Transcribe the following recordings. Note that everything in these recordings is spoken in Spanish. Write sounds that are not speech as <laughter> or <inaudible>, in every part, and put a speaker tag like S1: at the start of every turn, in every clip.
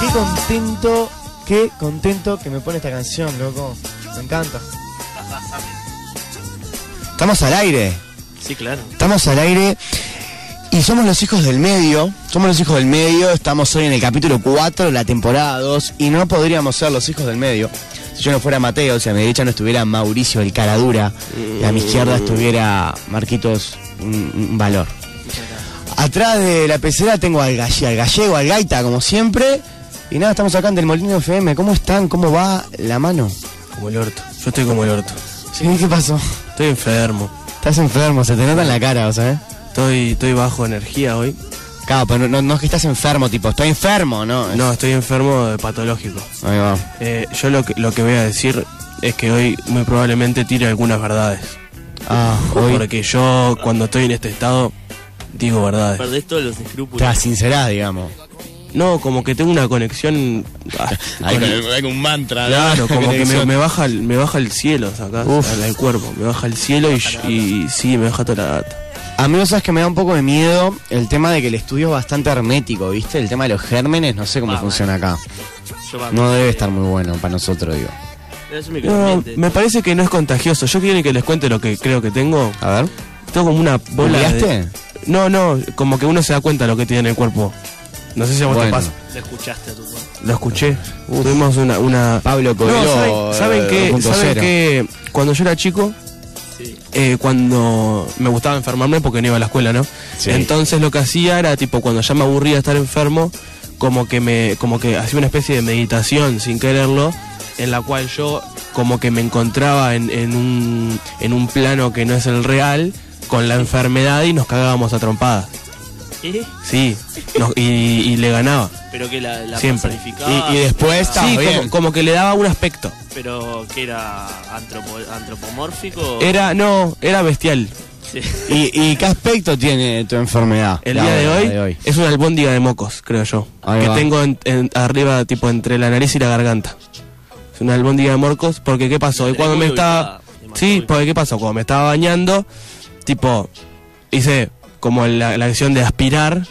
S1: Qué contento, qué contento que me pone esta canción, loco. Me encanta.
S2: Estamos al aire.
S3: Sí, claro.
S2: Estamos al aire y somos los hijos del medio. Somos los hijos del medio. Estamos hoy en el capítulo 4 de la temporada 2 y no podríamos ser los hijos del medio. Si yo no fuera Mateo, si a mi derecha no estuviera Mauricio el Caradura y a mi izquierda estuviera Marquitos un, un Valor. Atrás de la pecera tengo al, galle- al gallego, al gaita, como siempre. Y nada, estamos acá en Del Molino FM. ¿Cómo están? ¿Cómo va la mano?
S3: Como el orto. Yo estoy como el orto.
S2: ¿Qué pasó?
S3: Estoy enfermo.
S2: Estás enfermo, se te nota en la cara, ¿o sabes?
S3: Estoy, estoy bajo energía hoy.
S2: Claro, pero no- no, no es que estás enfermo, tipo, estoy enfermo, ¿no?
S3: No, estoy enfermo de patológico.
S2: Ahí va.
S3: Eh, yo lo que, lo que voy a decir es que hoy muy probablemente tire algunas verdades.
S2: Ah, hoy
S3: Porque yo cuando estoy en este estado digo verdades.
S4: Perdés todos los escrúpulos.
S2: te sincerás, digamos.
S3: No, como que tengo una <laughs> conexión... ah,
S2: Hay,
S3: con-
S2: un mantra,
S3: Claro,
S2: <laughs>
S3: como que me, me baja el- me baja el cielo acá, el cuerpo, me baja el cielo y, y sí, me baja toda la data.
S2: A mí, ¿sabes que me da un poco de miedo el tema de que el estudio es bastante hermético, ¿viste? El tema de los gérmenes, no sé cómo
S4: Ah,
S2: funciona acá.
S4: Yo banco.
S2: No debe estar muy Ah, bueno para nosotros, digo.
S4: Es un
S3: No,
S4: microambiente.
S3: me parece que no es contagioso. Yo quieren que les cuente lo que creo que tengo.
S2: A ver,
S3: Tengo como una bola. de-
S2: ¿googleaste?
S3: No, no, como que uno se da cuenta lo que tiene en el cuerpo. No sé si a vos te
S2: Bueno.
S3: pasa.
S4: Lo escuchaste a tu cuerpo.
S3: Lo escuché. Tuvimos una. una...
S2: Pablo
S3: No,
S2: Coelho.
S3: ¿saben, saben
S2: eh,
S3: que,
S2: 2.0.
S3: saben que cuando yo era chico,
S4: Sí.
S3: eh, cuando me gustaba enfermarme porque no iba a la escuela, ¿no?
S2: Sí.
S3: Entonces lo que hacía era tipo cuando ya me aburría estar enfermo, como que me, como que hacía una especie de meditación sin quererlo, en la cual yo como que me encontraba en, en un en un plano que no es el real con la enfermedad y nos cagábamos a trompadas.
S4: ¿Eh?
S3: Sí, nos- y, y le ganaba
S4: Pero que la, la
S3: siempre.
S4: personificaba,
S2: Y- y después
S4: la-
S2: ta-
S3: Sí,
S2: bien.
S3: como, como que le daba un aspecto.
S4: Pero que era antropo- antropomórfico.
S3: Era no, era bestial.
S4: <laughs> Sí.
S2: ¿Y, y qué aspecto tiene tu enfermedad?
S3: El
S2: La
S3: día de
S2: hora
S3: hoy, es una albóndiga de mocos, creo yo.
S2: Ahí
S3: que
S2: va.
S3: tengo en- en- arriba, tipo, entre la nariz y la garganta. Es una albóndiga de mocos, porque ¿qué pasó?
S4: La
S3: Y cuando me
S4: tenés muy
S3: estaba...
S4: ubicada, demasiado
S3: Sí,
S4: ubicada.
S3: porque ¿qué pasó? Cuando me estaba bañando, tipo, hice como la, la acción de
S2: <laughs>
S3: aspirar,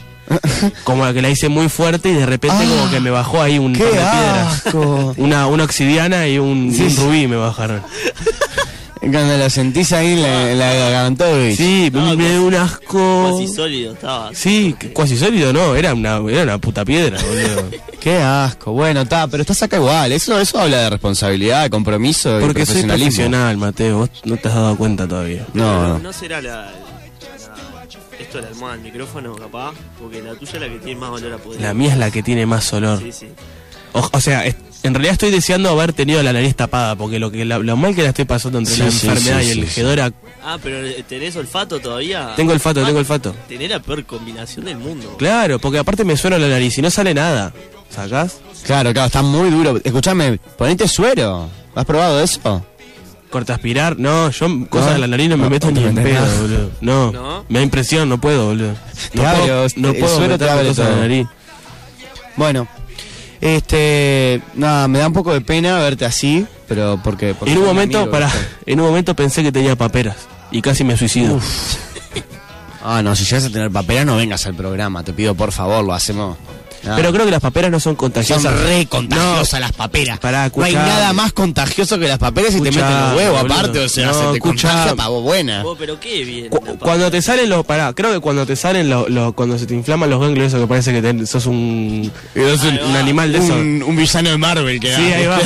S3: como la que la hice muy fuerte y de repente
S2: Ah.
S3: como que me bajó ahí un
S2: ¡Qué
S3: par de piedras.
S2: asco!
S3: <laughs> Una, una obsidiana y un, y
S2: Sí,
S3: un
S2: sí.
S3: rubí me bajaron.
S2: Cuando lo sentís ahí en la, en la garganta, ¿viste?
S3: Sí,
S4: No,
S3: me dio un asco.
S4: Así sólido estaba.
S3: Oh. Sí, cuasi sólido, no, era una, era una puta piedra, boludo.
S4: <laughs>
S2: Qué asco. Bueno, está, pero estás acá igual. Eso, eso habla de responsabilidad, de compromiso, y
S3: Porque soy
S2: profesionalismo.
S3: profesional, Mateo, vos no te has dado cuenta todavía.
S2: No, no.
S4: No será la, la- Esto de la almohada del micrófono, capaz. Porque la tuya es la que tiene más valor a poder.
S3: La mía es la que tiene más olor.
S4: Sí, sí.
S3: O, o sea, es- en realidad estoy deseando haber tenido la nariz tapada, porque lo que la- lo mal que la estoy pasando entre
S2: Sí,
S3: la
S2: sí,
S3: enfermedad
S2: sí,
S3: y el
S2: sí, sí.
S3: hedor a-
S4: Ah, pero ¿tenés olfato todavía?
S3: Tengo olfato,
S4: Ah,
S3: tengo olfato.
S4: Tenés la peor combinación del mundo.
S3: Claro, porque aparte me suena la nariz y no sale nada. ¿Sacás?
S2: Claro, claro, está muy duro. Escuchame, ponete suero. ¿Has probado eso?
S3: Cortaspirar, no, yo m- cosas
S2: No,
S3: de la nariz no me
S2: no,
S3: meto
S2: no
S3: ni
S2: te
S3: en
S2: metes
S3: pedo,
S2: nada.
S3: boludo. No,
S4: ¿No?
S3: me da impresión, no puedo, boludo. No
S2: Claro,
S3: puedo, no
S2: el
S3: puedo
S2: suero te
S3: meterme
S2: abre
S3: cosas en la
S2: todo.
S3: nariz.
S2: Bueno, este. Nada, me da un poco de pena verte así, pero porque. porque
S3: En un
S2: soy
S3: momento,
S2: amigo,
S3: pará,
S2: ¿viste?
S3: en un momento pensé que tenía paperas y casi me suicido.
S2: Ah, no, si llegas a tener papera, no vengas al programa. Te pido, por favor, lo hacemos. Nada.
S3: Pero creo que las paperas no
S2: Ah.
S3: son
S2: Son
S3: contagiosas.
S2: re contagiosas las paperas.
S3: Pará,
S2: no hay
S3: escuchá.
S2: nada más contagioso que las paperas y te
S3: Escuchá,
S2: meten los huevos
S3: boludo.
S2: aparte. O sea,
S3: No,
S2: se te
S3: escuchá.
S2: contagia pa' vos buena.
S4: Oh, pero qué bien.
S3: Cu-
S4: la
S3: cuando
S4: papa.
S3: te salen los. Pará, creo que cuando te salen los. los- cuando se te inflaman los ganglios, eso que parece que ten- sos un.
S2: un-
S3: un animal de esos.
S2: Un, un villano de Marvel que
S3: Sí,
S2: da. <laughs>
S3: ahí va.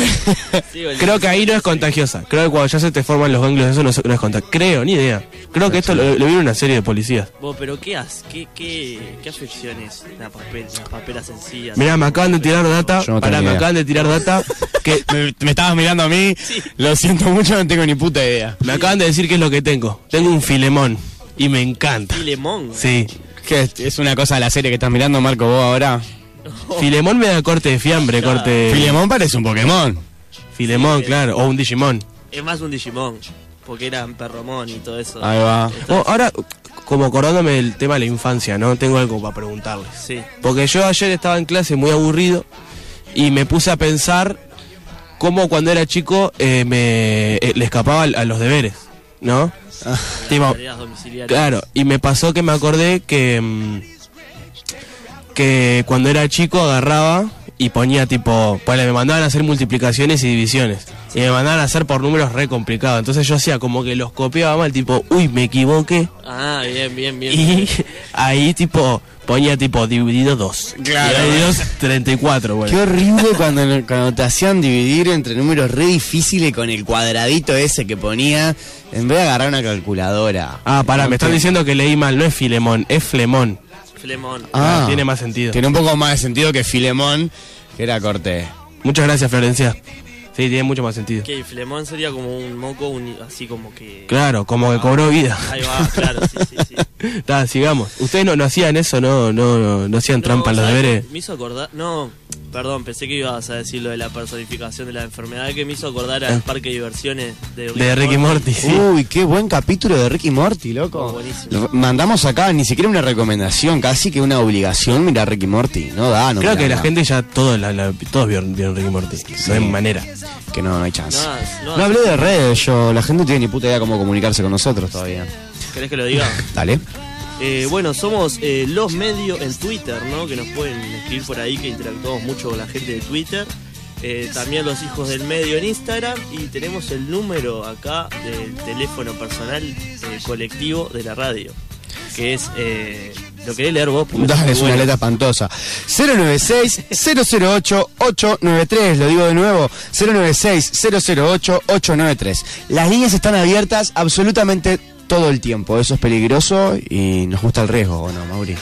S4: Sí,
S3: <laughs>
S4: boludo.
S3: Creo que ahí no es contagiosa. Creo que cuando ya se te forman los ganglios, eso no, es- no es contagiosa. Creo, ni idea. Creo que esto lo, lo vi en una serie de policías.
S4: Vos, pero ¿qué has? ¿Qué, qué, qué afecciones? La papel, las paperas sencillas.
S3: Mirá, me acaban de tirar data.
S2: Yo no
S3: pará,
S2: tengo
S3: me
S2: idea.
S3: acaban de
S2: <laughs>
S3: tirar data. Que
S2: me, me estabas mirando a mí. Lo siento mucho, no tengo ni puta idea.
S3: me acaban de decir qué es lo que tengo. Tengo un filemón. Y me encanta.
S4: Y limón.
S2: <laughs>
S3: Sí.
S2: ¿Qué es, es una cosa de la serie que estás mirando, Marco, vos ahora? Eh,
S3: Filemón me da corte de fiambre, corte. de-
S2: Filemón parece un Pokémon.
S3: Filemón, claro. O un Digimon.
S4: Es más un Digimon. Porque eran perromón y todo eso.
S2: Ahí va.
S4: Entonces,
S3: Oh, ahora, como acordándome del tema de la infancia, ¿no? Tengo algo para preguntarles.
S4: Sí.
S3: Porque yo ayer estaba en clase muy aburrido y me puse a pensar cómo cuando era chico eh, me eh, le escapaba a los deberes, ¿no? Tipo,
S4: Tareas domiciliarias.
S3: claro, y me pasó que me acordé que mm, que cuando era chico agarraba y ponía tipo, pues me mandaban a hacer multiplicaciones y divisiones y me mandaban a hacer por números re complicados, entonces yo hacía como que los copiaba mal, tipo, uy, me equivoqué.
S4: Ah, bien, bien, bien.
S3: Y <laughs> ahí tipo ponía tipo dividido 2.
S2: Claro.
S3: Dividido 2, 34,
S2: Qué
S3: bueno.
S2: horrible cuando, cuando te hacían dividir entre números re difíciles con el cuadradito ese que ponía, en vez de agarrar una calculadora.
S3: Ah, pará, me están
S2: Ok.
S3: diciendo que leí mal, no es Filemón, es Flemón.
S4: Flemón.
S2: Ah,
S3: tiene más sentido.
S2: Tiene un poco más de sentido que Filemón, que era corte.
S3: Muchas gracias, Florencia. Sí, tiene mucho más sentido.
S4: Que Flemón sería como un moco, un- así como que.
S3: Claro, como
S2: Ah.
S3: que cobró vida. <laughs>
S4: Ahí va, claro, sí, sí, sí.
S3: Ta, sigamos. Ustedes no, no hacían eso, no, no, no, no hacían trampa en los
S4: No, ¿sabes
S3: deberes.
S4: qué? Me hizo acordar. No, perdón, pensé que ibas a decir lo de la personificación de la enfermedad. Que me hizo acordar al
S3: Ah.
S4: parque de diversiones de Ricky,
S3: De Ricky Morty, sí.
S2: Uy, qué buen capítulo de Ricky Morty, loco.
S4: Oh, buenísimo.
S2: R- Mandamos acá ni siquiera una recomendación, casi que una obligación. Mira, Ricky Morty, no da, no
S3: Creo
S2: mirá,
S3: que la
S2: no.
S3: gente ya todos, la- la- todos vieron, vieron Ricky Morty. No hay manera.
S2: Que no, no hay chance.
S4: No,
S2: No,
S4: no.
S2: hablé de redes, yo. La gente no tiene ni puta idea cómo comunicarse con nosotros todavía.
S4: ¿Querés que lo
S3: <laughs>
S4: diga?
S2: Dale.
S4: Eh, bueno, somos eh, los medios en Twitter, ¿no? Que nos pueden escribir por ahí, que interactuamos mucho con la gente de Twitter. Eh, también los hijos del medio en Instagram y tenemos el número acá del teléfono personal eh, colectivo de la radio, que es... Eh, ¿Lo querés leer vos? Porque
S2: Dale, es
S4: está muy
S2: una
S4: bueno.
S2: letra espantosa. 096-008-893, lo digo de nuevo, 096-008-893. Las líneas están abiertas absolutamente todo el tiempo, eso es peligroso y nos gusta el riesgo, ¿o no, Mauri?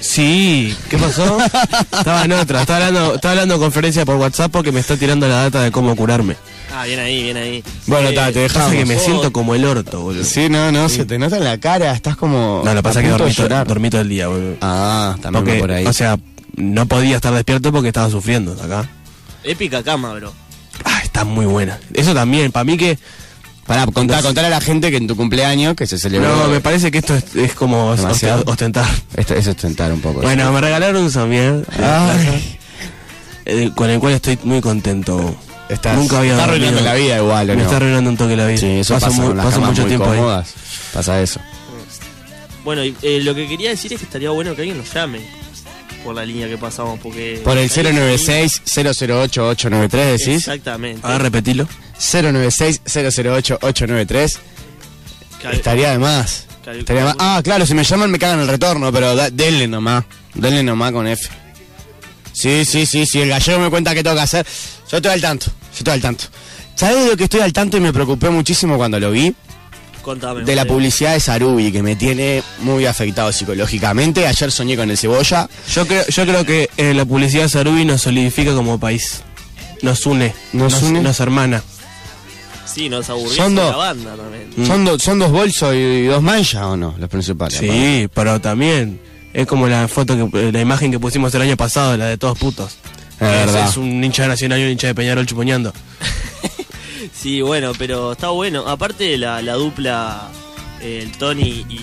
S3: Sí, ¿qué pasó? estaba en otra, estaba hablando, estaba hablando conferencia por WhatsApp porque me está tirando la data de cómo curarme.
S4: Ah, bien ahí, bien ahí.
S2: Bueno,
S4: Eh,
S2: ta, te
S3: Pasa
S2: dejamos.
S3: que me
S4: vos-
S3: siento como el orto, boludo.
S2: Sí, no, no, se te nota en la cara, estás como...
S3: No, lo
S2: a
S3: pasa que
S2: punto de
S3: dormí, to-
S2: llorar.
S3: dormí todo el día, boludo.
S2: Ah, también
S3: Porque,
S2: va por ahí.
S3: o sea, no podía estar despierto porque estaba sufriendo acá.
S4: Épica cama, bro.
S3: Ah, está muy buena. Eso también, para mí que...
S2: Para contar, contar a la gente que en tu cumpleaños, que se celebró...
S3: No, me parece que esto es, es como os-
S2: Demasiado.
S3: oste- ostentar.
S2: Esto, eso es tentar un poco.
S3: Bueno, me regalaron un somier
S2: Ay,
S3: eh, con el cual estoy muy contento.
S2: estás-
S3: Nunca había
S2: está
S3: dormido.
S2: arruinando la vida igual, ¿o
S3: Me
S2: no?
S3: está arruinando un toque la vida.
S2: Sí, eso
S3: Paso
S2: pasa,
S3: mu-
S2: con las
S3: paso
S2: camas
S3: mucho
S2: muy
S3: tiempo ahí.
S2: cómodas. Pasa eso.
S4: Bueno, y, eh, lo que quería decir es que estaría bueno que alguien nos llame por la línea que pasamos, porque...
S2: Por el
S4: ahí-
S2: 096-008-893, decís.
S4: Exactamente.
S3: A ver, repetilo.
S2: 096-008-893.
S4: Cal-
S2: Estaría de más.
S4: Cal-
S2: Estaría de más. Ah, claro, si me llaman me cagan el retorno, pero da- denle nomás. Denle nomás con F. Sí, sí, sí, sí. El gallego me cuenta qué tengo que hacer. Yo estoy al tanto. Yo estoy al tanto. ¿Sabes de lo que estoy al tanto y me preocupé muchísimo cuando lo vi?
S4: Contame.
S2: De la
S4: Mateo.
S2: publicidad de Sarubi, que me tiene muy afectado psicológicamente. Ayer soñé con el cebolla.
S3: Yo creo, yo creo que eh, la publicidad de Sarubi nos solidifica como país. Nos une.
S2: Nos une.
S3: Nos hermana.
S4: Sí, nos aburrimos
S2: Son
S4: de la
S2: dos. Mm.
S4: banda también.
S2: ¿Son, do- ¿Son dos bolsos y, y dos manchas o no? Los principales. aparte.
S3: Sí, pero también es como la foto que eh, la imagen que pusimos el año pasado, la de todos putos.
S2: Es
S3: Que
S2: verdad.
S3: es un hincha de Nacional y un hincha de Peñarol chuponeando.
S4: Sí, bueno, pero está bueno. Aparte, la, la dupla, eh, el Tony y,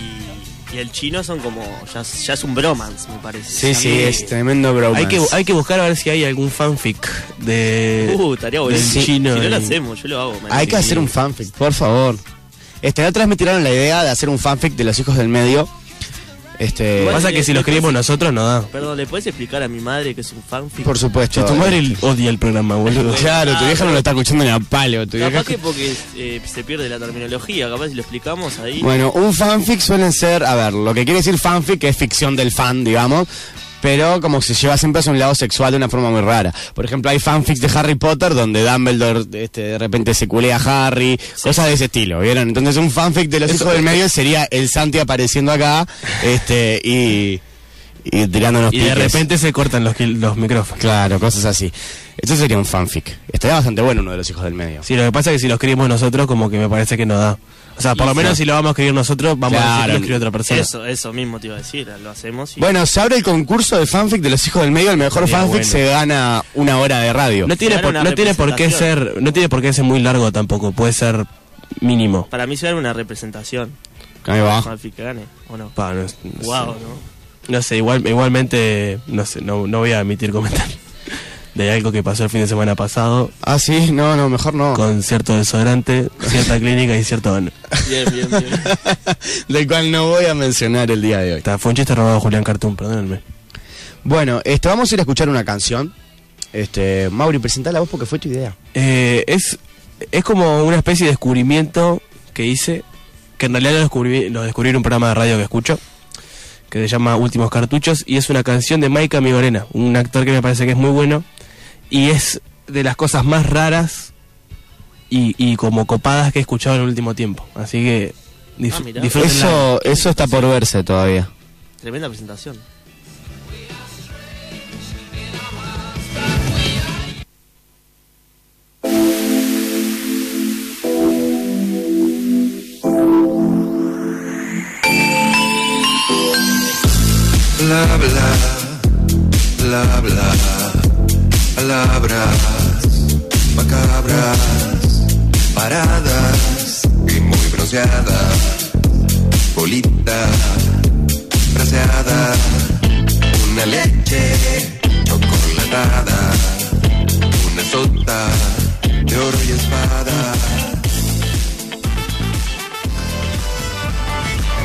S4: y el chino son como... Ya, ya es un bromance, me parece.
S2: Sí, este- sí, es tremendo bro.
S3: Hay que, hay que buscar a ver si hay algún fanfic de
S4: Uh, estaría bueno.
S3: del
S4: Sí.
S3: chino.
S4: si no lo
S3: y-
S4: hacemos, yo lo hago. man.
S2: Hay que hacer un fanfic, por favor. Este, la otra vez me tiraron la idea de hacer un fanfic de los hijos del medio. Este,
S4: Bueno,
S3: Pasa que si lo escribimos nosotros no da.
S4: Perdón, ¿le puedes explicar a mi madre que es un fanfic?
S2: por supuesto.
S3: Yo tu madre odia el programa,
S4: <laughs>
S3: boludo.
S2: Claro, tu vieja no lo está escuchando ni a palo. tu vieja-
S4: Capaz que porque eh, se pierde la terminología, capaz si lo explicamos ahí.
S2: Bueno, un fanfic suelen ser, a ver, lo que quiere decir fanfic es ficción del fan, digamos, pero como se lleva siempre hacia un lado sexual de una forma muy rara. Por ejemplo, hay fanfics de Harry Potter donde Dumbledore este, de repente se culea a Harry, cosas de ese estilo, ¿vieron? Entonces un fanfic de los hijos del medio sería el Santi apareciendo acá este, y, y tirándonos
S3: Y de
S2: piques.
S3: repente se cortan los, kil- los micrófonos.
S2: Claro, cosas así. Eso sería un fanfic. Estaría bastante bueno uno de los hijos del medio.
S3: Sí, lo que pasa es que si lo escribimos nosotros como que me parece que no da. O sea, por lo menos si lo vamos a escribir nosotros, vamos a decir
S2: Claro.
S3: que lo escribe otra persona.
S4: Eso, eso mismo te iba a decir, lo hacemos y...
S2: Bueno, se abre el concurso de fanfic de los hijos del medio. El mejor
S3: Estaría
S2: fanfic
S3: bueno.
S2: se gana una hora de radio.
S3: No tiene,
S4: Claro,
S3: por,
S4: una
S3: no tiene por qué
S4: representación.
S3: ser, no tiene por qué ser muy largo tampoco, puede ser mínimo.
S4: Para mí se da una representación.
S2: Ahí va.
S4: Malfi que gane, ¿o no?
S3: Pa, no, no
S4: Guau,
S3: sé.
S4: ¿no?
S3: No sé, igual, igualmente, no sé, no, no voy a emitir comentarios <laughs> de algo que pasó el fin de semana pasado
S2: Ah, sí, no, no, mejor no.
S3: con cierto desodorante, cierta <laughs> clínica y cierto...
S4: Bien, bien, bien.
S2: <laughs> Del cual no voy a mencionar el día de hoy.
S3: Está, fue un chiste robado de Julián Cartoon, perdónenme.
S2: Bueno, este, vamos a ir a escuchar una canción. Este, Mauri, presentala vos porque fue tu idea.
S3: Eh, es, es como una especie de descubrimiento que hice, que en realidad lo descubrí, lo descubrí en un programa de radio que escucho, que se llama Últimos Cartuchos, y es una canción de Maika Migorena, un actor que me parece que es muy bueno, y es de las cosas más raras y, y como copadas que he escuchado en el último tiempo. Así que dif-
S4: Ah, mirá.
S3: disfrútenla.
S2: Eso, eso está por verse todavía.
S4: Tremenda presentación.
S5: Bla bla, bla bla, palabras macabras, paradas y muy bronceada, bolita, braseada, una leche chocolatada, una sota de oro y espada.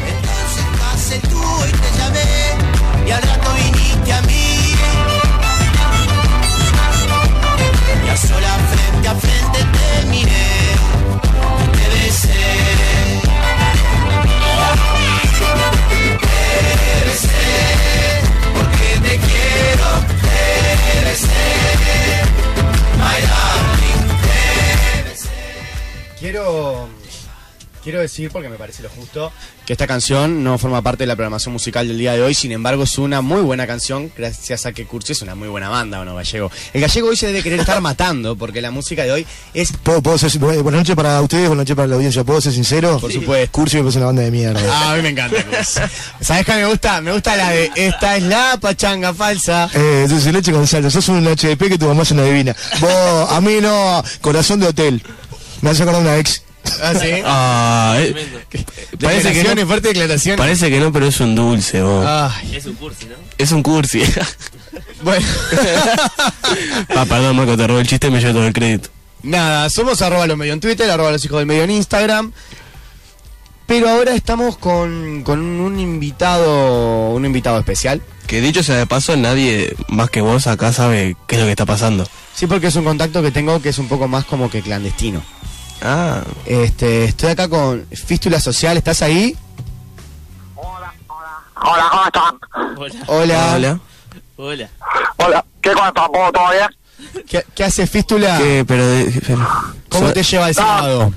S6: Entonces pasé tú y te llamé y al rato viniste a mí. Y a sola frente a frente te miré, y te besé. Te besé porque te quiero. Te besé, my darling. Te besé.
S2: Quiero quiero decir porque me parece lo justo que esta canción no forma parte de la programación musical del día de hoy, sin embargo es una muy buena canción gracias a que Cursi es una muy buena banda, ¿o no, Gallego? El Gallego hoy se debe querer estar matando porque la música de hoy es
S7: ¿Puedo, puedo ser- bu- buenas noches para ustedes, buenas noches para la audiencia. ¿Puedo ser sincero?
S2: Por supuesto.
S7: Cursi me parece una banda de mierda.
S2: Ah, a mí me encanta. Cruz. <laughs> ¿Sabes qué me gusta? Me gusta la de esta es la pachanga falsa.
S7: Eh, dulce de leche con salsa. Sos un HDP que tu mamá es una divina. Vos, a mí no. Corazón de hotel. Me hace acordar una ex.
S2: Ah, sí.
S3: Ah, eh, <laughs> parece, que
S2: Declaraciones,
S3: no,
S2: fuerte declaración.
S3: parece que no, pero es un dulce, vos.
S2: Ay,
S4: Es un cursi, ¿no?
S3: Ah, Es un cursi.
S2: <laughs> bueno.
S3: <laughs> ah, perdón, Marco, te robé el chiste y me llevo todo el crédito.
S2: Nada, somos arroba los medio en Twitter, arroba los hijos del medio en Instagram. Pero ahora estamos con, con un invitado, un invitado especial.
S3: Que dicho sea de paso, nadie más que vos acá sabe qué es lo que está pasando.
S2: Sí, porque es un contacto que tengo que es un poco más como que clandestino.
S3: Ah,
S2: Este, estoy acá con Fístula Social, ¿estás ahí?
S8: Hola, ¿cómo están?
S4: Hola.
S2: Hola.
S3: hola.
S4: Hola.
S8: Hola, ¿qué cuentan? ¿Todo, todo bien?
S2: ¿Qué, qué hace Fístula?
S3: ¿Qué? Pero, de- pero-
S2: ¿Cómo
S3: so- <laughs> Ah.
S2: te lleva el sábado?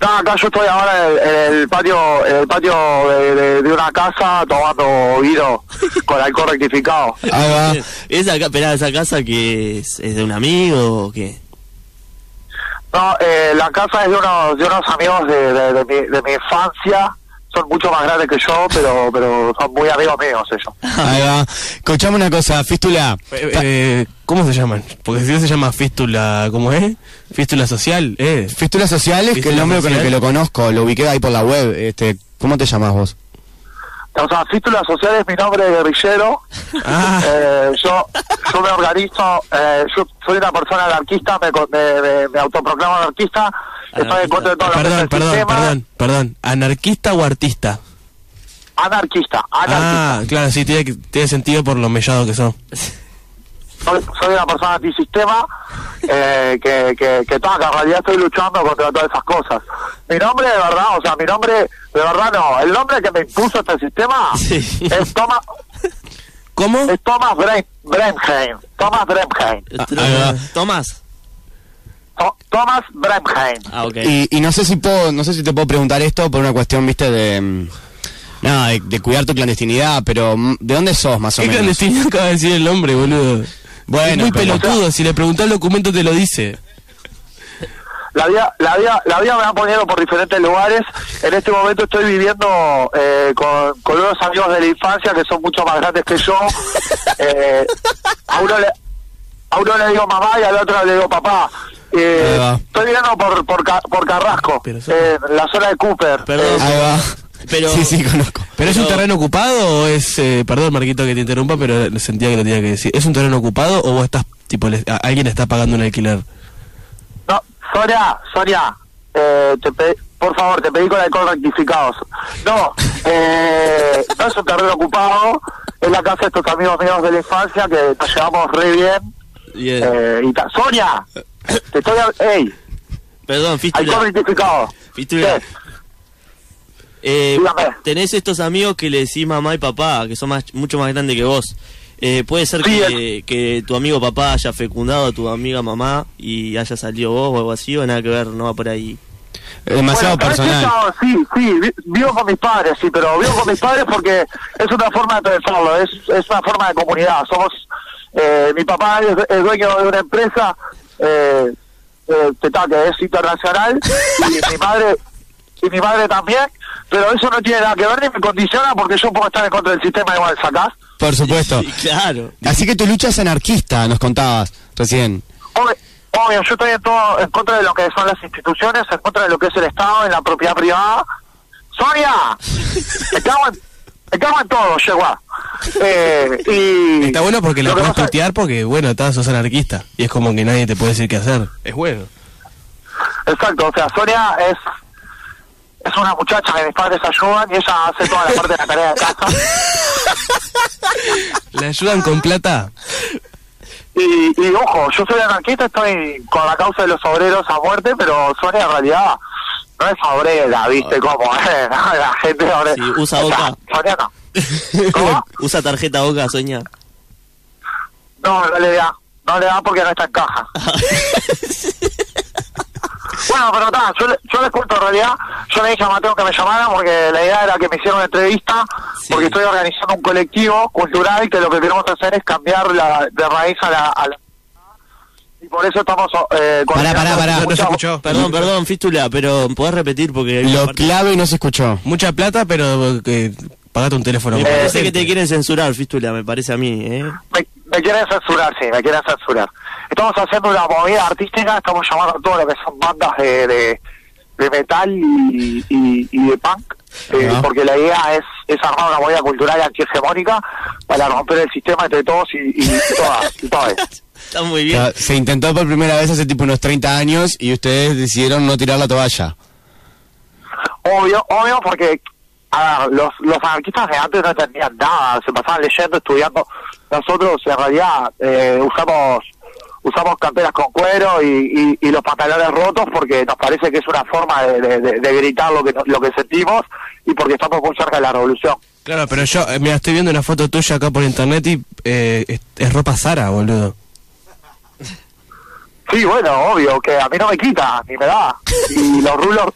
S8: No, acá yo estoy ahora en el, en el patio, en el patio de, de- de una casa
S3: <laughs>
S8: tomando vino con alcohol rectificado.
S2: Ahí Ah, va.
S4: Bien. <laughs> ¿Esa, ca- esperá, ¿Esa casa que es, es de un amigo o qué? <laughs>
S8: No, eh, la casa es de unos, de unos amigos de, de- de mi, de mi infancia. Son mucho más grandes que yo, pero, pero son muy amigos míos ellos.
S2: Ahí va. Escuchame una cosa, Fístula.
S3: eh, eh, ¿Cómo se llaman? Porque si no se llama fístula, ¿cómo es? Fístula social, eh.
S2: Fístula Sociales, que
S3: Fístula
S2: el nombre con
S3: Social.
S2: el que lo conozco, lo ubiqué ahí por la web. Este, ¿Cómo te llamas vos?
S8: O sea, Fístula Social es mi nombre de guerrillero.
S3: Ah.
S8: Eh, yo, yo me organizo, eh, yo soy una persona anarquista, me, co- me, me- me autoproclamo anarquista, estoy en
S4: Anarquista.
S8: contra de todo lo que es
S3: Perdón,
S8: el
S3: perdón,
S8: sistema.
S3: perdón, perdón. ¿Anarquista o artista?
S8: Anarquista, anarquista.
S3: Ah, claro, sí, tiene, que- tiene sentido por lo mellado que son.
S8: Soy, soy una persona antisistema eh, que, que, que toda, que en realidad estoy luchando contra todas esas cosas. Mi nombre de verdad, o sea, mi nombre de verdad no, el nombre que me impuso este sistema
S4: Sí.
S2: Ah,
S8: es, Thomas,
S3: ¿Cómo?
S8: es Thomas Bre- Bremheim. Thomas Bremheim.
S2: ahí va.
S4: Tomás.
S8: To- Thomas Bremheim.
S4: Ah, ok.
S2: Y, y no sé si puedo, no sé si te puedo preguntar esto por una cuestión, viste, de mm, nada, de, de cuidar tu clandestinidad, pero mm, ¿de dónde sos más o
S3: ¿Qué
S2: menos?
S3: clandestino <laughs> acaba de decir el hombre, boludo?
S2: Bueno,
S3: es muy
S2: pero-
S3: pelotudo, si le preguntás el documento te lo dice.
S8: La vida, la vida, la vida me va poniendo por diferentes lugares. En este momento estoy viviendo eh, con, con unos amigos de la infancia que son mucho más grandes que yo. Eh, a uno le a uno le digo mamá y al otro le digo papá. Eh,
S2: Ahí va.
S8: estoy mirando por, por, Ca- por Carrasco,
S3: Pero eso-
S8: eh, la zona de Cooper. eh,
S4: Perdón,
S2: Ahí Ah, va.
S4: pero.
S2: Sí, sí, conozco.
S3: ¿Pero es un
S4: Pero-
S3: terreno ocupado o es... eh, perdón, Marquito, que te interrumpa, pero sentía que lo tenía que decir. ¿Es un terreno ocupado o vos estás, tipo, le- a- alguien está pagando un alquiler?
S8: No, Sonia, Sonia, eh, te pe- por favor, te pedí con alcohol rectificados. No, eh, <laughs> no es un terreno ocupado, es la casa de estos amigos míos de la infancia que nos llevamos re bien.
S4: Bien.
S8: Eh, y ta- Sonia, te estoy... hab- ¡Ey!
S4: Perdón,
S8: Alcohol
S4: fístula.
S8: rectificado.
S4: Fístula.
S8: Sí.
S4: Eh,
S8: Dígame.
S4: tenés estos amigos que le decís mamá y papá, que son más, mucho más grandes que vos. Eh, puede ser
S8: Sí,
S4: que, que tu amigo papá haya fecundado a tu amiga mamá y haya salido vos o algo así, o nada que ver, no va
S2: <laughs>
S4: por ahí.
S2: Demasiado
S8: Bueno, ¿sabes
S2: personal.
S8: qué? No, sí, sí, vi- vivo con mis padres, sí, pero vivo con mis padres porque es una forma de pensarlo, es, es una forma de comunidad. Somos, eh, mi papá es, es dueño de una empresa eh, eh, que ta, que es internacional
S2: <laughs>
S8: y mi madre y mi madre también, pero eso no tiene nada que ver ni me condiciona porque yo puedo estar en contra del sistema igual, ¿sacás?
S2: Por supuesto.
S4: Sí, claro.
S2: Así que tu lucha es anarquista, nos contabas recién.
S8: Obvio, obvio, yo estoy en, todo, en contra de lo que son las instituciones, en contra de lo que es el Estado, en la propiedad privada. ¡Sonia! Me cago en, me cago en todo, yegua. Eh, y
S3: Está bueno porque la
S8: lo que
S3: puedes
S8: pasa-
S3: tutear porque, bueno, estás, sos anarquista. Y es como que nadie te puede decir qué hacer. Es bueno.
S8: Exacto, o sea, Sonia es es una muchacha que mis padres ayudan y ella hace toda la parte de la tarea de casa.
S3: ¿Le
S2: Ah.
S3: ayudan con plata?
S8: Y, y ojo, yo soy anarquista, estoy con la causa de los obreros a muerte, pero Sonia en realidad no es obrera, ¿viste? Como <laughs> eh, la gente obrera.
S4: Ah. Sí, usa
S8: O sea,
S4: boca.
S8: Sonia
S4: <laughs>
S8: no. ¿Cómo?
S4: Usa tarjeta boca, soña.
S8: No, no le da. No le da porque no está
S2: <laughs>
S8: en caja. bueno, pero está, yo, le- yo les cuento en realidad. Yo le dije a Mateo que me llamara porque la idea era que me hicieran una entrevista.
S4: Sí.
S8: Porque estoy organizando un colectivo cultural que lo que queremos hacer es cambiar la, de raíz a la. a la- y por eso estamos. Eh,
S2: Pará, pará, pará.
S8: coordinando-
S2: No se
S3: escuchó.
S4: Perdón, perdón, fístula, pero podés repetir porque. hay una
S2: Lo
S4: parte-
S2: clave no se escuchó.
S3: Mucha plata, pero que eh, pagate un teléfono.
S4: Me
S8: Eh,
S4: parece que te quieren censurar, fístula, me parece a mí, ¿eh?
S8: Me, me quieren censurar, sí, me quieren censurar. Estamos haciendo una movida artística, estamos llamando a todo lo que son bandas de, de, de metal y, y- y de punk, eh,
S2: Ajá.
S8: porque la idea es, es armar una movida cultural y antihegemónica para romper el sistema entre todos y, y, y todas. y todas.
S4: Está muy bien.
S2: Ya, Se intentó por primera vez hace tipo unos 30 años y ustedes decidieron no tirar la toalla.
S8: Obvio, obvio, porque a ver, los, los anarquistas de antes no entendían nada, se pasaban leyendo, estudiando. Nosotros en realidad eh, usamos usamos camperas con cuero y, y- y los pantalones rotos porque nos parece que es una forma de, de- de- de gritar lo que no- lo que sentimos y porque estamos muy cerca de la revolución.
S3: Claro, pero yo, eh, mira, estoy viendo una foto tuya acá por internet y eh, es, es ropa Sara, boludo.
S8: Sí, bueno, obvio, que a mí no me quita, ni me da. Y los rulos,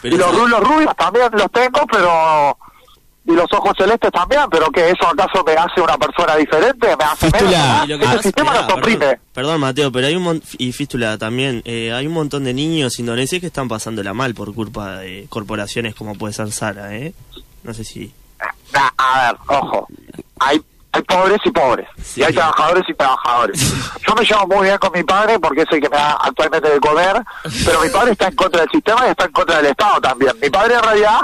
S4: Pero
S8: y los
S4: eso-
S8: rulos rubios también los tengo, pero... Y los ojos celestes también, pero que eso acaso me hace una persona diferente, me hace menos.
S2: Fístula.
S8: ¿verdad?
S4: Y lo que
S8: Ese
S4: pasa-
S8: sistema
S4: Esperá,
S8: nos oprime.
S4: perdón, perdón, Mateo, pero hay un mon- y fístula también, eh, hay un montón de niños indonesios que están pasándola mal por culpa de corporaciones como puede ser Sara, ¿eh? No sé si
S8: Nah, Ah, a ver, ojo. Hay, hay pobres y pobres. Y hay trabajadores
S4: <laughs>
S8: y trabajadores. Yo me llevo muy bien con mi padre porque es el que me da actualmente de comer. Pero mi padre está en contra del sistema y está en contra del Estado también. Mi padre en realidad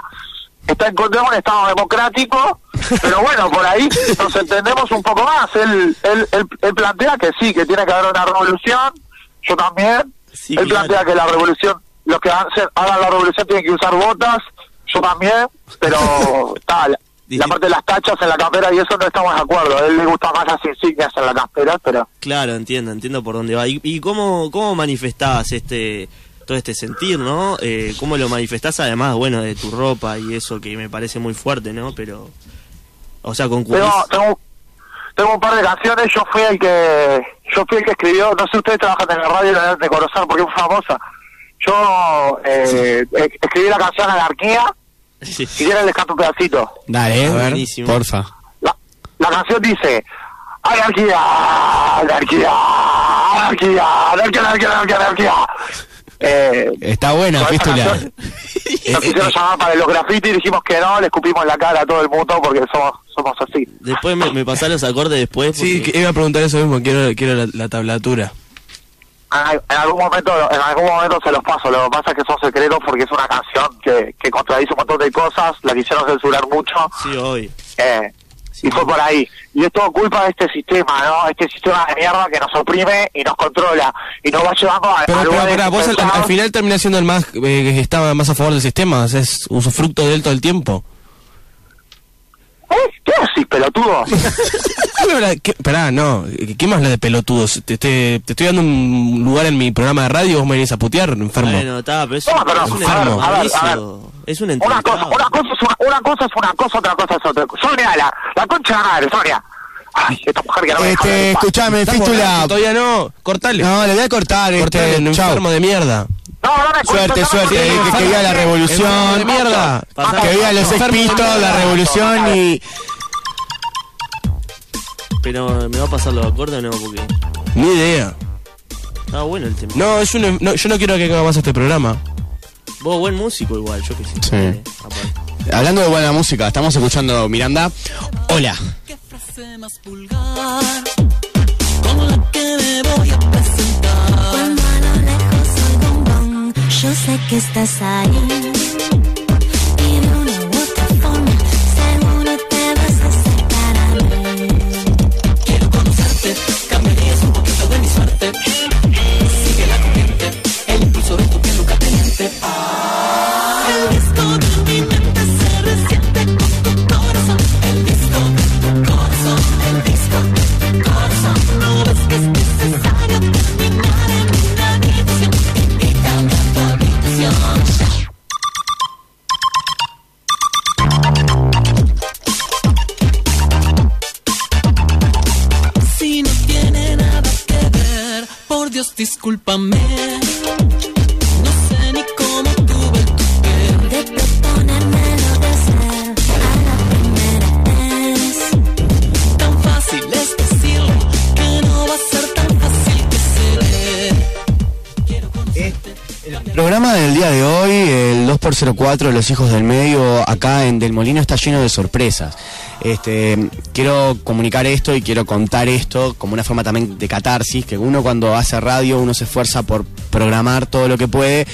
S8: está en contra de un Estado democrático. Pero bueno, por ahí nos entendemos un poco más. Él, él, él, él plantea que sí, que tiene que haber una revolución. Yo también.
S4: Sí,
S8: él
S4: claro.
S8: plantea que la revolución, los que hacen, hagan la revolución tienen que usar botas, yo también, pero tal. La parte de las tachas en la campera y eso no estamos de acuerdo. A él le gusta más las insignias en la campera, pero...
S4: Claro, entiendo, entiendo por dónde va. ¿Y, y cómo, cómo manifestás este, todo este sentir, no? Eh, ¿Cómo lo manifestás además, bueno, de tu ropa y eso que me parece muy fuerte, ¿no? Pero, o sea, con
S8: Tengo, tengo, tengo un par de canciones, yo fui el que yo fui el que escribió, no sé ustedes trabajan en la radio la deben de conocer porque es famosa. Yo eh, eh, escribí la canción Anarquía,
S4: <laughs> Sí.
S8: si quieren les canto un pedacito.
S2: Dale,
S4: A ver,
S2: eh, porfa.
S8: La, la canción dice: Anarquía, anarquía, anarquía, anarquía, anarquía, anarquía, anarquía. Eh,
S2: Está buena,
S8: con esa
S3: <laughs>
S2: fístula.
S8: canción
S3: Eh,
S8: Nos quisieron llamar para los grafitis y dijimos que no, le escupimos en la cara a todo el mundo porque somos, somos así.
S4: Después me, me pasás los acordes después.
S3: Sí,
S4: porque-
S3: que iba a preguntar eso mismo, quiero, quiero la, la tablatura.
S8: Ah, en en algún momento en algún momento se los paso lo que pasa es que son secretos porque es una canción que, que contradice un montón de cosas la quisieron censurar mucho
S4: Sí, hoy.
S8: eh, y fue por ahí y es todo culpa de este sistema no este sistema de mierda que nos oprime y nos controla y nos va llevando a,
S3: Pero,
S8: a
S3: pero,
S8: lugares
S3: pará, vos al, al
S8: impensados.
S3: final terminás siendo el más eh, que estaba más a favor del sistema, o sea, es usufructo de él todo el tiempo.
S8: ¿Eh? ¿qué decís pelotudo?
S3: Dime, pará, ¿qué- Pará, no, ¿qué más la de pelotudos? Te, te- te estoy dando un lugar en mi programa de radio, vos me venís a putear, enfermo.
S4: Bueno, está, pero es,
S8: No, pero
S4: es un
S8: a ver, a ver, a ver.
S4: entrevistado. Es un
S8: Una cosa,
S4: entrevistado.
S8: una cosa es una, una cosa es una cosa, otra cosa es otra. Sonia, la, la concha de la madre, Sonia. Ay, esta mujer que no me deja
S7: Este,
S8: hablar en paz.
S7: escuchame,
S3: ¿Estás borracho?
S7: Fístula.
S3: Todavía no, cortale.
S7: No, le voy a cortar,
S3: cortale,
S7: este,
S3: un enfermo
S7: chao.
S3: de mierda.
S8: No, no me escuches,
S7: Suerte,
S8: no me
S7: suerte,
S8: escuches.
S7: eh, que- que viva la
S3: Enfermo de
S7: revolución.
S3: mierda.
S4: Pasá.
S7: Que viva los expistos, la revolución y...
S4: Pero me va a pasar los acordes o no, porque
S3: Ni idea.
S4: está bueno el tema.
S3: No, es un, en- no, yo no quiero que haga más este programa.
S4: Vos buen músico igual, yo que sé.
S2: Sí.
S4: Eh, aparte.
S2: Hablando de buena música, estamos escuchando Miranda. Hola.
S6: Qué frase más vulgar con la que me voy a presentar.
S9: Cuando a lo lejos oigo un gong, yo sé que estás ahí. Y de una u otra forma, seguro te vas a acercar a mí.
S6: Quiero conocerte, cambiarías un poquito de mi suerte. Sigue la corriente, el impulso de tu piel nunca teniente. El disco de mi mente se resiente con tu corazón. El disco de tu corazón, el disco de tu corazón. No ves que es necesario terminar en una habitación. Invítame a tu habitación. Si no tiene nada que ver, por Dios discúlpame. No sé ni cómo tuve tu piel.
S9: De proponérmelo de hacer a la primera vez.
S6: Tan fácil es decirlo que no va a ser tan fácil que se dé.
S2: Programa del día de hoy, el 2x04 de los hijos del medio, acá en Del Molino está lleno de sorpresas. Este, quiero comunicar esto y quiero contar esto como una forma también de catarsis, que uno cuando hace radio uno se esfuerza por programar todo lo que puede,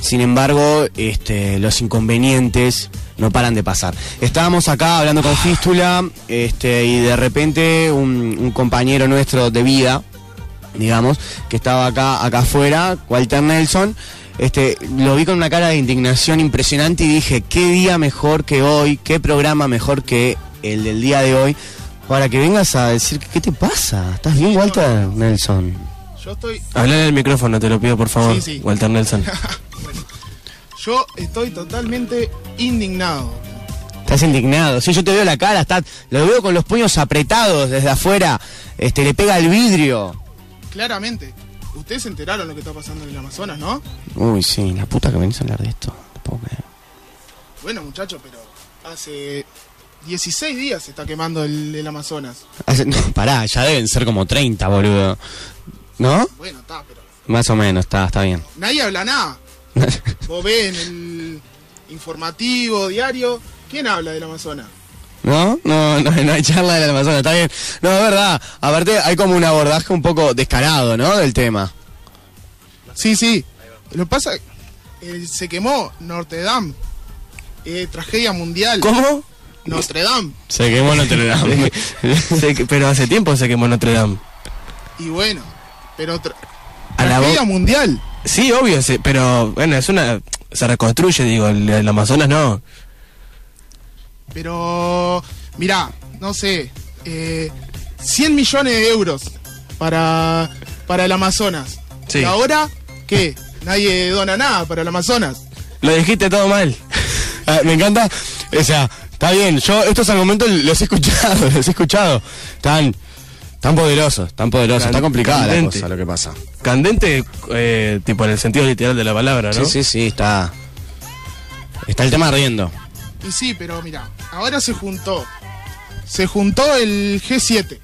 S2: sin embargo, este, los inconvenientes no paran de pasar. Estábamos acá hablando con Fístula, este, y de repente un- un compañero nuestro de vida, digamos, que estaba acá, acá afuera, Walter Nelson. Este, lo vi con una cara de indignación impresionante y dije, qué día mejor que hoy, qué programa mejor que el del día de hoy, para que vengas a decir, ¿qué te pasa? ¿Estás bien, Walter Nelson?
S10: Yo estoy,
S3: Habla en el micrófono, te lo pido por favor,
S10: Sí, sí.
S3: Walter Nelson.
S10: yo estoy totalmente indignado.
S2: Estás indignado. Si yo te veo la cara, estás, lo veo con los puños apretados desde afuera, este, le pega el vidrio.
S10: Claramente, ustedes se enteraron lo que está pasando en el Amazonas, ¿no?
S2: Uy, sí, la puta que venís a hablar de esto. No puedo creer.
S10: Bueno, muchachos, pero hace 16 días se está quemando el, el Amazonas.
S2: Hace- <laughs> no, pará, ya deben ser como 30, boludo. ¿No?
S10: Bueno, está, pero
S2: Más o menos, está, está bien.
S10: nadie habla nada.
S2: <laughs>
S10: Vos ven el informativo, diario, ¿quién habla del Amazonas?
S2: ¿No? No, no, no hay charla del Amazonas, está bien. No, es verdad. Aparte, hay como un abordaje un poco descarado, ¿no? Del tema.
S10: Sí, sí. Lo que pasa, eh, se quemó Notre Dame. Eh, tragedia mundial.
S3: ¿Cómo?
S10: Notre Dame.
S2: Se quemó Notre
S3: <laughs>
S2: Dame.
S3: Se que- pero hace tiempo se quemó Notre Dame.
S10: Y bueno, pero tra-
S3: A la
S10: tragedia
S3: bo-
S10: mundial.
S3: Sí, obvio, se- pero bueno, es una. Se reconstruye, digo, el, el Amazonas no.
S10: Pero, mirá, no sé, eh, 100 millones de euros para, para el Amazonas.
S3: Sí.
S10: Y ahora, ¿qué? Nadie dona nada para el Amazonas.
S3: Lo dijiste todo mal. <laughs>
S2: Ah, Me encanta. O sea, está bien. Yo estos argumentos los he
S3: <laughs>
S2: escuchado, los he escuchado. Tan, tan poderosos, tan poderosos.
S3: Can-
S2: está complicada la
S3: candente.
S2: cosa, lo que pasa.
S3: Candente, eh, tipo en el sentido literal de la palabra, ¿no?
S2: Sí, sí, sí, está. Está el tema riendo.
S10: Y sí, pero mirá, ahora se juntó. Se juntó el G7, que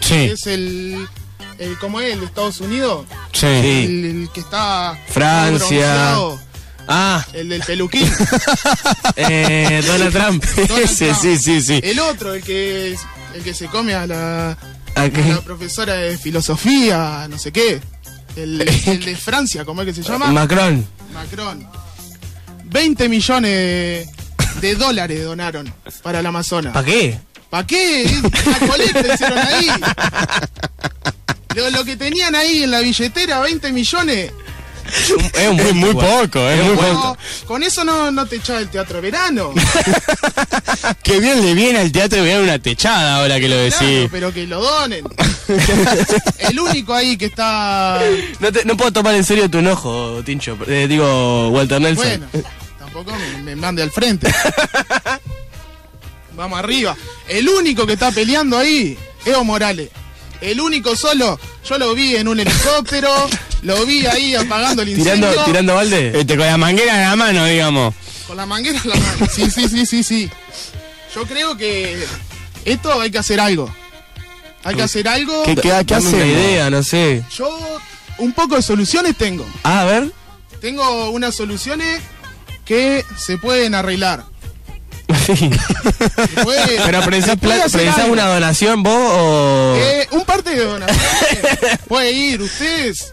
S2: Sí,
S10: es el, el ¿cómo es? El de Estados Unidos.
S2: sí.
S10: El, el que está...
S3: Francia.
S10: bronceado,
S3: Ah,
S10: El del
S3: <laughs>
S10: peluquín.
S3: <laughs> eh, Donald Trump.
S2: <laughs>
S10: Donald
S2: Sí,
S10: Trump.
S2: sí, sí, sí.
S10: El otro, el que, es- el que se come a la,
S3: ¿A qué?
S10: la profesora de filosofía, no sé qué. El, el de Francia, ¿cómo es que se
S2: Ah,
S10: llama?
S3: Macron.
S10: Macron. 20 millones de, de dólares donaron para el Amazonas.
S3: ¿Para qué?
S10: ¿Para qué? La colecta hicieron ahí. Lo, lo que tenían ahí en la billetera, 20 millones.
S3: Es, muy, poco, es muy
S10: No, con eso no, no te echaba el teatro de verano.
S2: Qué bien le viene al teatro ver una techada ahora que lo
S10: Claro,
S2: decís.
S10: pero que lo donen. El único ahí que está.
S3: <laughs> No, te- no puedo tomar en serio tu enojo, Tincho. Eh, digo, Walter Nelson.
S10: Bueno, tampoco me, me mande al frente. Vamos arriba. El único que está peleando ahí, Evo Morales. El único solo. Yo lo vi en un helicóptero, lo vi ahí apagando el incendio.
S3: ¿Tirando, ¿Tirando balde?
S2: Este, con la manguera en la mano, digamos.
S10: Con la manguera en la mano. Sí, sí, sí, sí, sí. Yo creo que esto hay que hacer algo. Hay que hacer algo.
S2: ¿Qué, qué, qué
S3: Dame una
S2: hacemos?
S3: idea, no sé.
S10: Yo un poco de soluciones tengo.
S3: Ah, a ver.
S10: Tengo unas soluciones que se pueden arreglar.
S3: <laughs> Sí.
S10: Se puede-
S3: ¿Pero
S10: se
S3: pensás,
S10: puede
S3: pla-
S10: hacer
S3: pensás
S10: algo.
S3: una donación vos o...?
S10: Eh, un parte de donaciones puede ir, ustedes.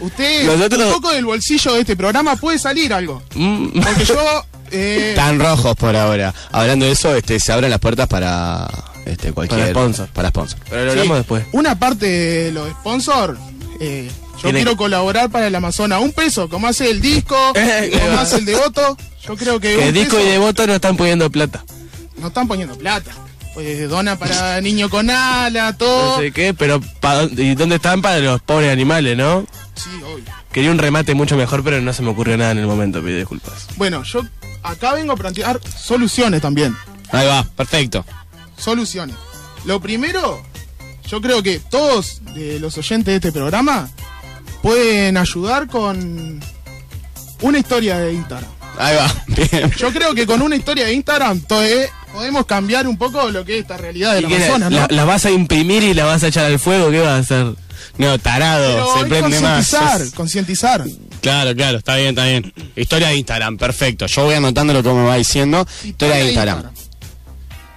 S10: Ustedes,
S3: Nosotros-
S10: un poco del bolsillo de este programa puede salir algo.
S3: Mm, <laughs>
S10: Porque yo. eh,
S2: Están rojos por ahora. Hablando de eso, este, se abren las puertas para este, cualquier.
S3: Para sponsor.
S2: Para sponsor.
S3: pero lo hablamos después.
S10: Una parte de los sponsors. eh, yo
S3: Tiene-
S10: quiero colaborar para el Amazonas. Un peso, como hace
S3: <laughs>
S10: el disco,
S3: Eh,
S10: como
S3: eh,
S10: hace el devoto. Yo creo que.
S3: Que
S10: un
S3: disco y
S10: peso-
S3: devoto no están poniendo plata.
S10: No están poniendo plata. Pues dona para niño con ala, todo.
S3: No sé qué, pero pa- ¿y dónde están para los pobres animales, no?
S10: Sí, obvio.
S3: Quería un remate mucho mejor, pero no se me ocurrió nada en el momento, pido disculpas.
S10: Bueno, yo acá vengo a plantear soluciones también.
S2: Ahí va, perfecto.
S10: Soluciones. Lo primero, yo creo que todos de los oyentes de este programa pueden ayudar con una historia de Instagram.
S2: Ahí va, <laughs> bien.
S10: Yo creo que con una historia de Instagram to- eh, podemos cambiar un poco lo que es esta realidad de
S3: ¿Y
S10: la
S3: qué era?
S10: Amazonas, ¿no?
S3: ¿La- ¿Las vas a imprimir y las vas a echar al fuego? ¿Qué vas a hacer?
S2: No, tarado,
S10: Pero
S2: se
S10: es
S2: prende más.
S10: concientizar,
S2: Es-
S10: concientizar.
S2: Claro, claro, está bien, está bien. Historia de Instagram, perfecto. Yo voy anotando lo que me va diciendo. Historia de Instagram.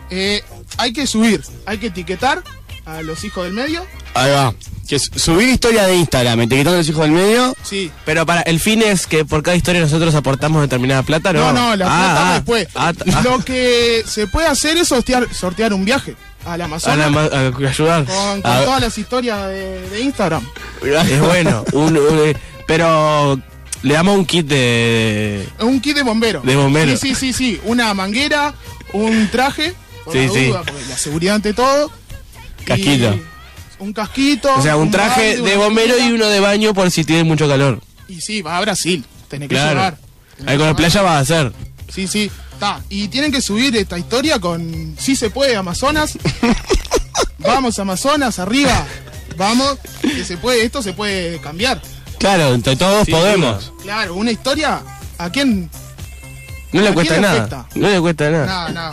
S10: Eh, hay que subir, hay que etiquetar a los hijos del medio.
S2: Ahí va. Que su- subir historia de Instagram, etiquetando a los hijos del medio.
S10: Sí,
S3: Pero para, el fin es que por cada historia nosotros aportamos determinada plata, ¿no?
S10: No, no, la
S3: Ah,
S10: plata
S3: ah,
S10: después.
S3: ah,
S10: <laughs>
S3: ah,
S10: Lo que se puede hacer es sortear, sortear un viaje al
S3: a la
S10: Amazonas
S3: ma- a
S10: <laughs>
S3: ayudar.
S10: con, con
S3: A ver,
S10: todas las historias de, de Instagram.
S3: es bueno. un- un, eh, pero le damos un kit de...
S10: Un kit de bombero.
S3: De bombero.
S10: Sí, sí, sí, sí. Una manguera, un traje, por
S3: Sí,
S10: la
S3: sí.
S10: duda, porque la seguridad ante todo. y
S2: Casquito.
S10: Un casquito.
S3: O sea, un traje
S10: balde,
S3: de
S10: una
S3: bombero y
S10: manguera.
S3: uno de baño por si tiene mucho calor.
S10: Y sí, va a Brasil. Tenés que
S3: Claro.
S10: llevar.
S3: Ahí con la playa vas a hacer.
S10: Sí, sí. Ta. Y tienen que subir esta historia con Si se puede, Amazonas. Vamos, Amazonas, arriba. Vamos, que se puede, esto se puede cambiar.
S2: Claro, entre todos
S3: Sí,
S2: podemos.
S10: Claro, una historia. ¿A quién?
S3: No le
S10: ¿A quién
S3: cuesta
S10: le
S3: nada.
S10: afecta?
S3: No le cuesta nada.
S10: Nada, nada.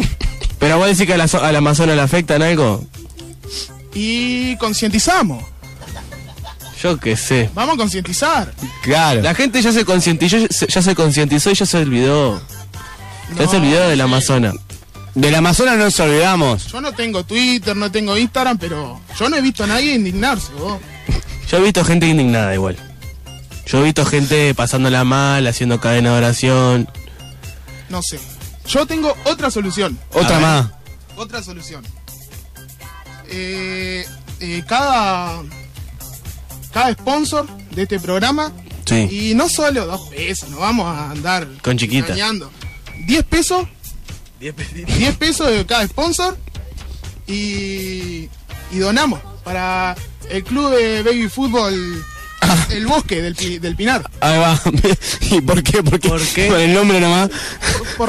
S3: Pero vos decís que a la, zo- a la Amazona le afectan algo.
S10: Y concientizamos.
S3: Yo qué sé.
S10: Vamos a concientizar.
S2: Claro.
S3: La gente ya se concientizó, ya se- ya se concientizó y ya se olvidó. Ya
S10: No,
S3: se olvidó del
S10: sí.
S3: Amazonas.
S2: Del Amazonas no nos olvidamos.
S10: Yo no tengo Twitter, no tengo Instagram, pero yo no he visto a nadie indignarse, vos.
S3: Yo he visto gente indignada igual. Yo he visto gente pasándola mal, haciendo cadena de oración.
S10: No sé. Yo tengo otra solución.
S2: Otra más.
S10: Otra solución. Eh, eh, cada. Cada sponsor de este programa.
S3: Sí.
S10: Y no solo dos pesos, no vamos a andar.
S3: Con chiquitas.
S10: engañando. 10 pesos. <laughs> 10 pesos de cada sponsor. Y. Y donamos para el club de baby fútbol.
S3: Ah.
S10: El bosque del, Pi- del Pinar.
S2: Ahí va. <laughs> ¿Y por qué? ¿Por qué?
S3: ¿Por
S2: <laughs>
S3: qué?
S2: Con el nombre nomás.
S10: Por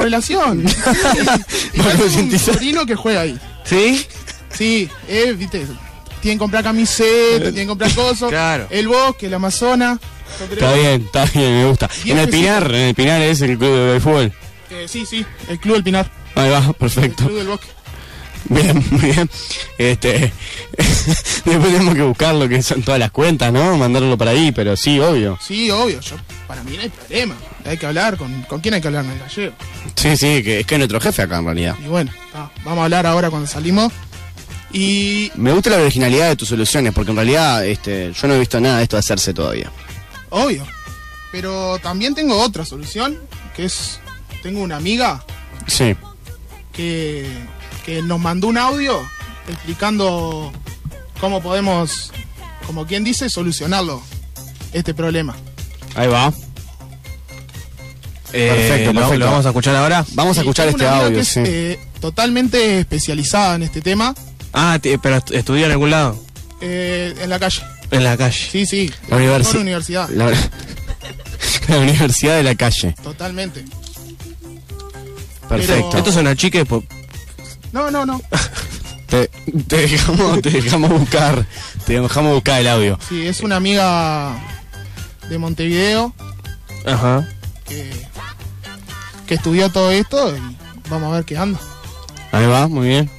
S3: <laughs>
S10: relación.
S2: Por
S10: Igual tengo un
S2: concientizar.
S10: sobrino que juega ahí.
S3: ¿Sí?
S10: Sí, eh, viste, tienen que comprar camisetas, tienen que comprar cosas.
S3: Claro.
S10: El bosque, el Amazonas. Yo creo
S2: Está bien, está bien, me gusta.
S10: Diez
S2: En el
S10: pesitos.
S2: Pinar, en el Pinar es el club de fútbol.
S10: que sí, sí, el Club del Pinar,
S2: Ahí va,
S10: el
S2: perfecto.
S10: Club del Bosque.
S2: Bien, <laughs> bien. Este, <laughs> después tenemos que buscar lo que son todas las cuentas, ¿no? Mandarlo para ahí, pero sí, obvio.
S10: Sí, obvio, yo, para mí no hay problema. Hay que hablar, ¿con, ¿con quién hay que hablar? Con el gallego.
S2: Sí, sí, que es que es nuestro jefe acá en realidad.
S10: Y bueno, está, vamos a hablar ahora cuando salimos. Y
S2: Me gusta la originalidad de tus soluciones, porque en realidad este, yo no he visto nada de esto hacerse todavía.
S10: Obvio. Pero también tengo otra solución, que es, tengo una amiga
S2: Sí.
S10: que, que nos mandó un audio explicando cómo podemos, como quien dice, solucionarlo, este problema.
S2: Ahí va. perfecto,
S3: Eh, lo-
S2: perfecto.
S3: lo vamos a escuchar ahora.
S2: Vamos a
S10: Y
S2: escuchar
S10: tengo
S2: este
S10: una amiga
S2: audio,
S10: que es,
S2: sí.
S10: eh, totalmente especializada en este tema,
S3: Ah, te- pero est- estudió en algún lado.
S10: eh, en la calle.
S3: En la calle.
S10: Sí, sí,
S2: La
S10: por
S2: universi-
S10: universidad,
S2: la- <laughs> la universidad de la calle.
S10: totalmente.
S2: Perfecto.
S10: Pero-
S3: Esto es una chique. pues, po-
S10: No, no, no.
S2: Te, te dejamos, te dejamos buscar. Te dejamos buscar el audio.
S10: Sí, es una amiga de Montevideo
S3: Ajá.
S10: que, que estudió todo esto y vamos a ver qué anda.
S2: Ahí va, muy bien.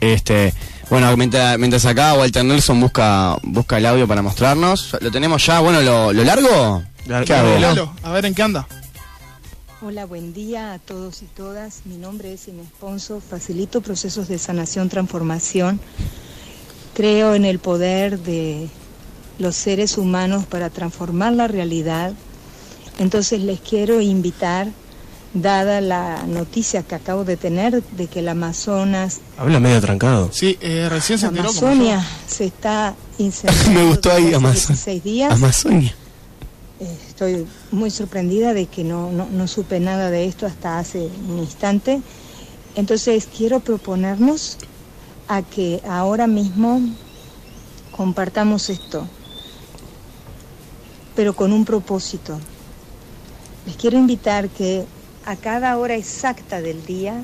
S2: Este, bueno, mientras, mientras acá Walter Nelson busca, busca el audio para mostrarnos. Lo tenemos ya, bueno, lo, lo largo.
S3: Lar-
S2: ¿Qué hago?
S10: Lalo, a ver en qué anda.
S11: Hola, buen día a todos y todas. Mi nombre es Inés Ponzo. Facilito procesos de sanación, transformación. Creo en el poder de los seres humanos para transformar la realidad. Entonces les quiero invitar, dada la noticia que acabo de tener de que el Amazonas,
S3: Habla medio trancado.
S10: Sí, eh, recién se
S11: la
S10: enteró como yo.
S11: Amazonia, se está incendiando.
S2: <laughs> Me gustó ahí,
S11: desde hace
S2: Amazon-
S11: 16 días.
S2: Amazonia.
S11: Eh, Estoy muy sorprendida de que no, no, no supe nada de esto hasta hace un instante. Entonces quiero proponernos a que ahora mismo compartamos esto, pero con un propósito. Les quiero invitar que a cada hora exacta del día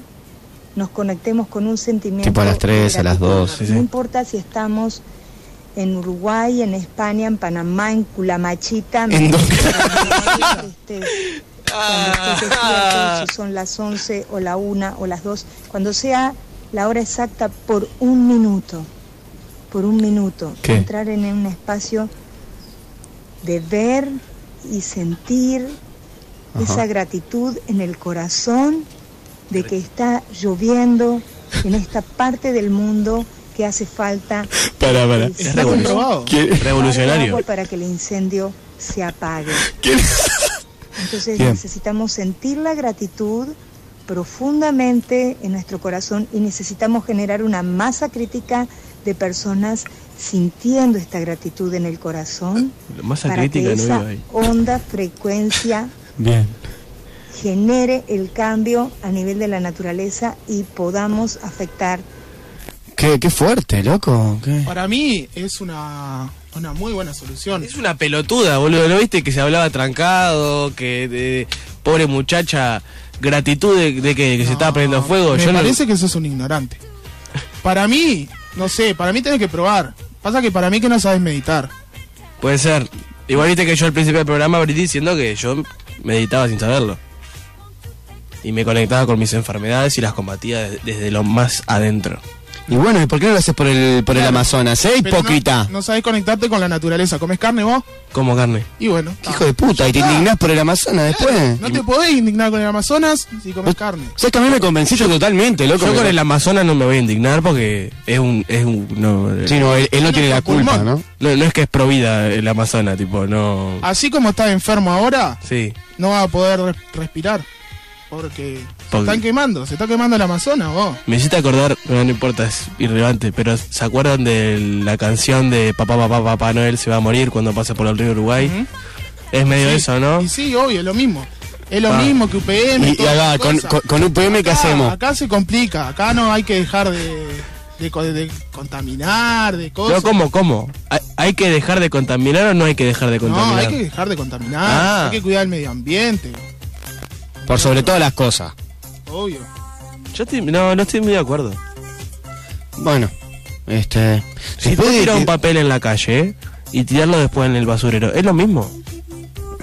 S11: nos conectemos con un sentimiento.
S2: Tipo a las tres,
S11: de
S2: a las
S11: gratitud.
S2: dos, sí, sí.
S11: No importa si estamos en Uruguay, en España, en Panamá, en Culamachita,
S2: En dos-
S11: cuando estés- cuando estés despierto, si son las 11 o la 1 o las 2, cuando sea la hora exacta por un minuto, por un minuto,
S2: ¿Qué?
S11: entrar en un espacio de ver y sentir esa gratitud en el corazón de que está lloviendo en esta parte del mundo que hace falta
S2: Pará, pará.
S11: Es
S10: Está comprobado.
S2: ¿Quién-
S3: <laughs> Revolucionario.
S11: agua para que el incendio se apague.
S2: quién-
S11: Entonces
S2: Bien.
S11: necesitamos sentir la gratitud profundamente en nuestro corazón y necesitamos generar una masa crítica de personas sintiendo esta gratitud en el corazón
S3: Masa
S11: para
S3: crítica
S11: que
S3: no
S11: esa
S3: iba ahí.
S11: onda frecuencia
S2: Bien.
S11: genere el cambio a nivel de la naturaleza y podamos afectar
S2: Qué, qué fuerte, loco. qué-
S10: Para mí es una, una muy buena solución.
S3: Es una pelotuda, boludo. ¿No viste que se hablaba trancado? Que de- pobre muchacha, gratitud de, de que, que se estaba prendiendo fuego.
S10: Me
S3: Yo no-
S10: parece que sos un ignorante. Para mí, no sé, para mí tenés que probar. Pasa que para mí que no sabes meditar.
S3: Puede ser. Igual viste que yo al principio del programa abrí diciendo que yo meditaba sin saberlo. Y me conectaba con mis enfermedades y las combatía de- desde lo más adentro.
S2: Y bueno, ¿y por qué no lo haces por el, por el Amazonas, eh,
S10: Pero no-
S2: hipócrita?
S10: No, sabes conectarte con la naturaleza. ¿Comes carne vos?
S3: Como carne.
S10: Y bueno.
S2: Qué hijo de puta, y te indignás por el Amazonas después.
S10: No te podés indignar con el Amazonas si comes carne.
S2: ¿Sabes que a mí me convencí yo totalmente, loco?
S3: Yo
S2: Me-
S3: con el Amazonas no me voy a indignar porque es un... Es un no, eh,
S2: Sí, no, él, él no tiene la culpa,
S10: pulmón.
S2: ¿no?
S3: no, no es que es provida el Amazonas, tipo, no...
S10: Así como estás enfermo ahora,
S3: Sí.
S10: no vas a poder res- respirar. Porque se
S3: Porque-
S10: están quemando, se está quemando el Amazonas vos.
S3: Me hiciste acordar, no, no importa, es irrelevante, pero ¿se acuerdan de la canción de Papá, Papá, Papá Noel se va a morir cuando pasa por el río Uruguay?
S10: Ujú.
S3: Es medio eso, ¿no?
S10: Y sí, obvio, es lo mismo. Es lo
S3: Ah.
S10: mismo que UPM.
S2: Y, y
S10: todas
S2: acá,
S10: esas
S2: con,
S10: cosas.
S2: con, con UPM, ¿qué
S10: Acá-
S2: hacemos?
S10: Acá se complica, acá no hay que dejar de, de co- de contaminar, de
S3: No,
S10: cosas.
S3: ¿cómo, cómo? ¿Hay- ¿Hay que dejar de contaminar o no hay que dejar de
S10: No,
S3: contaminar?
S10: hay que dejar de contaminar,
S3: Ah.
S10: hay que cuidar el medio ambiente,
S2: Por sobre todas las cosas.
S10: obvio.
S3: Yo estoy- no, no estoy muy de acuerdo.
S2: Bueno, este.
S3: Si
S2: se
S3: vos
S2: puede-
S3: tiras un papel en la calle ¿eh? y tirarlo después en el basurero, es lo mismo.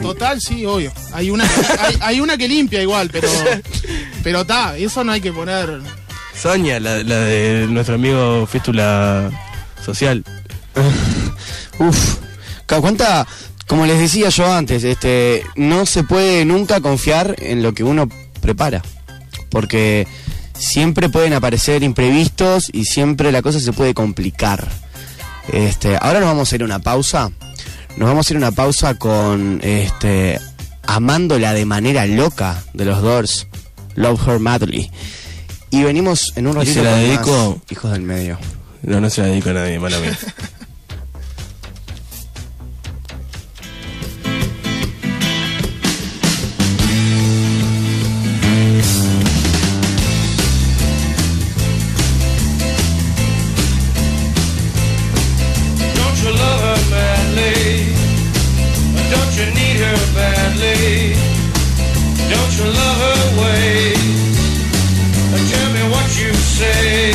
S10: Total, sí, obvio. Hay una, hay, hay una que limpia igual, pero pero ta, eso no hay que poner.
S3: Sonia, la, la de nuestro amigo Fístula Social.
S2: Uf. Ca- ¿Cuánta.? Como les decía yo antes, este. No se puede nunca confiar en lo que uno prepara. Porque. siempre pueden aparecer imprevistos y siempre la cosa se puede complicar. Este, ahora nos vamos a ir a una pausa. Nos vamos a ir a una pausa con este Amándola de manera loca de los Doors, Love Her Madly. Y venimos en un
S3: Y
S2: ratito
S3: se la
S2: con
S3: dedico.
S2: más Hijos del Medio.
S3: No, no se la dedico a nadie, mala mía.
S12: Don't you love her madly? Or don't you need her badly? Don't you love her way? Or tell me what you say.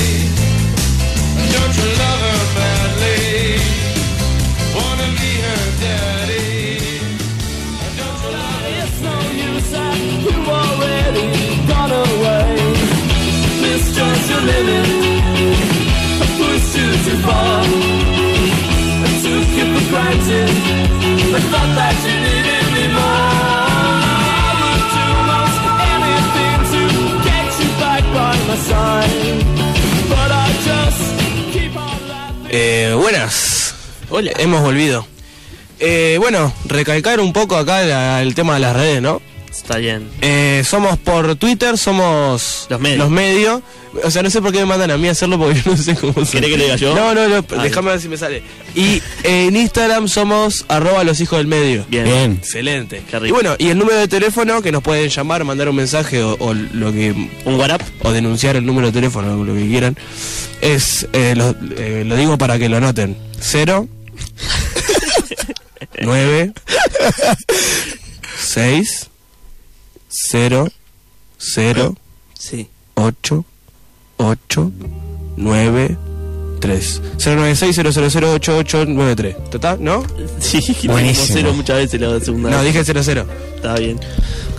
S12: Or don't you love her madly? Wanna be her daddy? Or don't you love her? It's no use, you already gone away. Mistrust your living. I pushed you too far. I took it for granted. I thought that you needed me more. I would do most anything to get you back by my side. But I just keep on
S3: Eh, buenas. Hola. Hemos volvido. Eh, bueno, recalcar un poco acá la- el tema de las redes, ¿no?
S4: Está bien.
S3: Eh, somos por Twitter, somos los medios. O sea, no sé por qué me mandan a mí a hacerlo porque <laughs> yo no sé cómo se
S4: ¿Querés que lo diga yo?
S3: No, no, no,
S4: Ah,
S3: déjame ver si me sale. Y eh, en Instagram somos arroba los hijos del medio.
S4: Bien. Bien.
S3: Excelente.
S4: Qué rico.
S3: Y bueno, y el número de teléfono que nos pueden llamar, mandar un mensaje o, o lo que. Un WhatsApp. O denunciar el número de teléfono, lo que quieran. Es. eh, lo, eh, lo digo para que lo noten.
S4: <laughs>
S3: 0 9 6 0 0
S4: Sí.
S3: 8 8 9 3 096 000 8893 ¿Está? ¿No?
S4: <laughs> Sí, que
S3: Buenísimo.
S4: tenemos cero muchas veces la segunda
S3: No,
S4: vez.
S3: dije 00.
S4: Está bien.